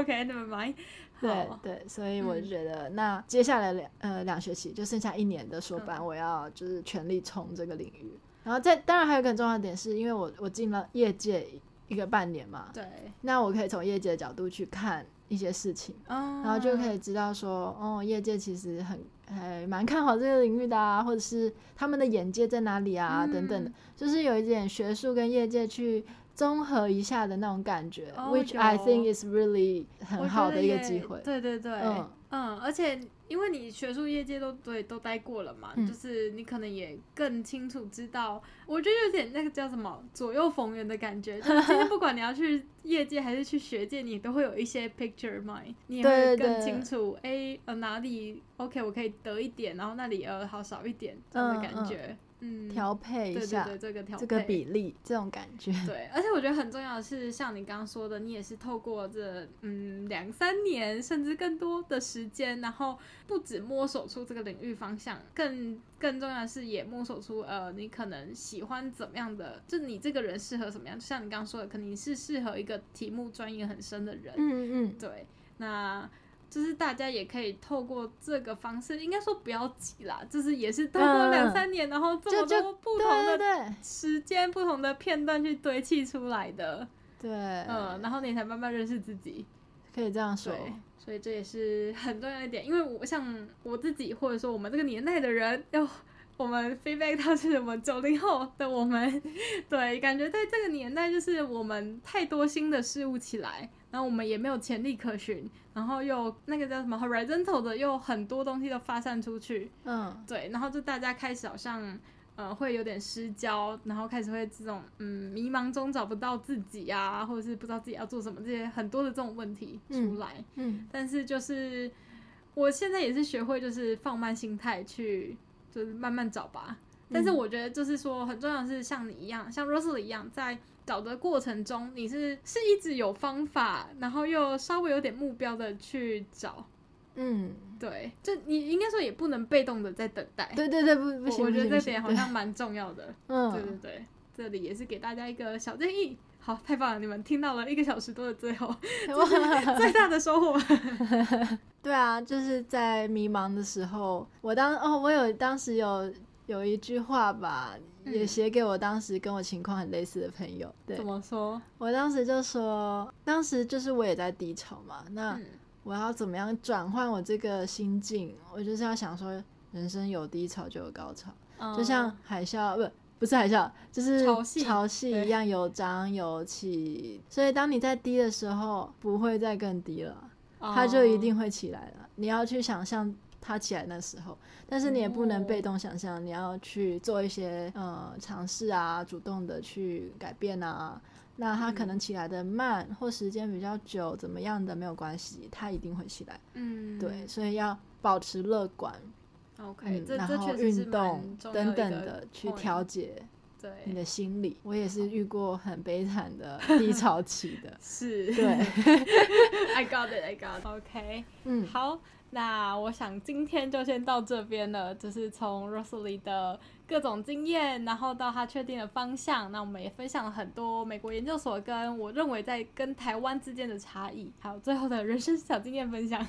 S1: OK, never mind.
S2: 对
S1: 好
S2: 对，所以我
S1: 嗯
S2: 就觉得、那接下来两呃两学期就剩下一年的硕班，
S1: 嗯
S2: 我要就是全力冲这个领域。然后再当然还有一个很重要的点是，因为我我进了业界一个半年嘛，
S1: 对，
S2: 那我可以从业界的角度去看一些事情。
S1: 然
S2: 然后就可以知道说，哦，业界其实很还蛮看好这个领域的啊，或者是他们的眼界在哪里啊，等等的
S1: 嗯，
S2: 就是有一点学术跟业界去综合一下的那种感觉、
S1: 哦
S2: w h i c h I
S1: 有
S2: think is really 很好的一个机会。
S1: 对对对，
S2: 嗯
S1: 嗯而且因为你学术业界都对都待过了嘛，
S2: 嗯
S1: 就是你可能也更清楚知道，我觉得有点那个叫什么左右逢源的感觉，就是今天不管你要去业界还是去学界，你都会有一些 picture mind，你也
S2: 对
S1: 会
S2: 对
S1: 更
S2: 对
S1: 清楚，哎，呃哪里 OK 我可以得一点，然后那里呃好少一点这样的
S2: 嗯
S1: 感
S2: 嗯
S1: 觉，嗯，
S2: 调配一
S1: 对
S2: 下
S1: 对对，这个调
S2: 这个
S1: 配
S2: 比例，这种感
S1: [laughs]
S2: 觉，
S1: 对，而且我觉得很重要的是，像你刚刚说的，你也是透过这嗯两三年甚至更多的时间，然后不止摸索出这个领域方向，更更重要的是也摸索出呃你可能喜欢怎么样的，就你这个人适合什么样。就像你刚刚说的，可能你是适合一个题目钻研很深的人，
S2: 嗯嗯，
S1: 对，那就是大家也可以透过这个方式，应该说不要急啦，就是也是透过
S2: 嗯
S1: 两三年，然后这
S2: 就
S1: 么
S2: 就
S1: 多不同的
S2: 对对对
S1: 时间、不同的片段去堆砌出来的，
S2: 对，
S1: 嗯，然后你才慢慢认识自己，
S2: 可以这样说，
S1: 对，所以这也是很重要一点，因为我像我自己，或者说我们这个年代的人，要我们 feedback 到是我们九零后的我们， [laughs] 对，感觉在这个年代就是我们太多新的事物起来，然后我们也没有潜力可循，然后又那个叫什么 horizontal 的，又很多东西都发散出去，
S2: 嗯
S1: 对，然后就大家开始好像呃会有点失焦，然后开始会这种嗯迷茫中找不到自己啊，或者是不知道自己要做什么，这些很多的这种问题
S2: 嗯
S1: 出来。
S2: 嗯，
S1: 但是就是我现在也是学会就是放慢心态去，就是慢慢找吧。但是
S2: 嗯
S1: 我觉得就是说很重要的是像你一样，像 Rosely 一样，在找的过程中，你是是一直有方法，然后又稍微有点目标的去找。
S2: 嗯，
S1: 对，就你应该说也不能被动的在等待。
S2: 对对对，不不
S1: 哎我
S2: 行，
S1: 我觉得
S2: 不行
S1: 这
S2: 不行
S1: 点好
S2: 对
S1: 像蛮重要的。对对
S2: [laughs] 嗯，
S1: 对，这里也是给大家一个小建议。好，太棒了！你们听到了一个小时多的最
S2: [laughs]
S1: 后，最大的收获。
S2: 对啊，就是在迷茫的时候，我当哦，我有当时有有一句话吧，也写给我当时跟我情况很类似的朋友。对
S1: 怎么说？
S2: 我当时就说，当时就是我也在低潮嘛，那
S1: 嗯
S2: 我要怎么样转换我这个心境？我就是要想说，人生有低潮就有高潮，
S1: 嗯
S2: 就像海啸不。不是海啸，就是
S1: 潮汐
S2: 潮汐
S1: 对
S2: 一样有涨有起，所以当你在低的时候，不会再更低了。
S1: 哦
S2: 它就一定会起来了。你要去想象它起来那时候，但是你也不
S1: 哦
S2: 能被动想象，你要去做一些呃尝试啊，主动的去改变啊。那它
S1: 嗯
S2: 可能起来的慢或时间比较久，怎么样的没有关系，它一定会起来。
S1: 嗯，
S2: 对，所以要保持乐观，
S1: ，OK，、
S2: 嗯，
S1: 这
S2: 然
S1: 这
S2: 后
S1: 确实是
S2: 运
S1: 蛮
S2: 动
S1: 重要
S2: 等
S1: 一
S2: 等
S1: 个
S2: 的去
S1: point 哎
S2: 调节你
S1: 对，
S2: 的心理。我也是遇过很悲惨的 [laughs] 低潮期的，
S1: 是， [laughs]
S2: 对，
S1: I got it, I got it. OK，
S2: 嗯，
S1: 好，那我想今天就先到这边了，就是从 Rosalie 的各种经验，然后到她确定的方向，那我们也分享了很多美国研究所跟我认为在跟台湾之间的差异，还有最后的人生小经验分享。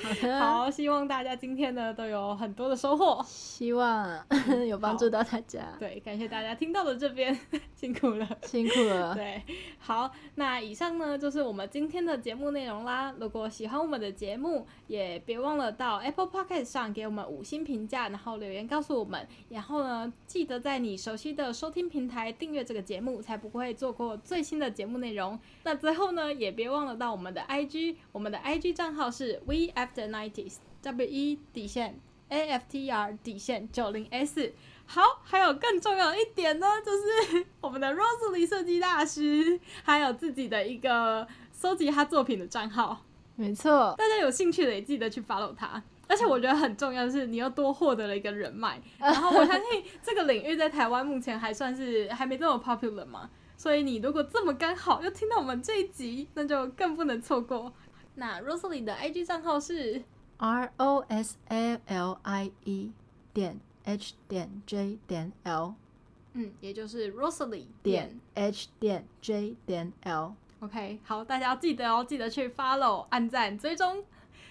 S2: 好 [laughs] 的，
S1: 好，希望大家今天呢都有很多的收获。
S2: 希望 [laughs] 有帮助到大家。
S1: 对，感谢大家听到了这边， [laughs] 辛苦了。
S2: 辛苦了，
S1: 对，好，那以上呢就是我们今天的节目内容啦。如果喜欢我们的节目，也别忘了到 Apple Podcast 上给我们五星评价，然后留言告诉我们。然后呢，记得在你熟悉的收听平台订阅这个节目，才不会错过最新的节目内容。那最后呢，也别忘了到我们的 IG，我们的 IG 账号是 We After Nineties W E 底线 A F T R 底线九零 S。好，还有更重要的一点呢，就是我们的 Rosalie 设计大师，还有自己的一个搜集他作品的账号，
S2: 没错，
S1: 大家有兴趣的也记得去 follow 他。而且我觉得很重要的是，你又多获得了一个人脉，然后我相信这个领域在台湾目前还算是还没这么 popular 嘛，所以你如果这么刚好又听到我们这一集，那就更不能错过。那 Rosalie 的 IG 账号是
S2: R O S A L I E 点 H 点 J 点 L
S1: 嗯，也就是 Rosalie
S2: 点 H 点 J 点 L。
S1: OK，好，大家要记得哦，记得去 follow、按赞、追踪。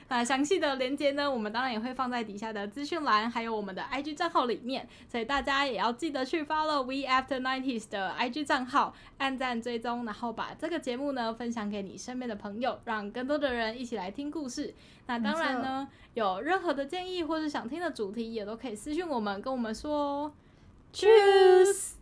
S1: 那详细的连接呢，我们当然也会放在底下的资讯栏，还有我们的 IG 账号里面，所以大家也要记得去 follow We After Nineties 的 IG 账号，按赞追踪，然后把这个节目呢分享给你身边的朋友，让更多的人一起来听故事。那当然呢，有任何的建议或是想听的主题，也都可以私讯我们，跟我们说哦。Cheers。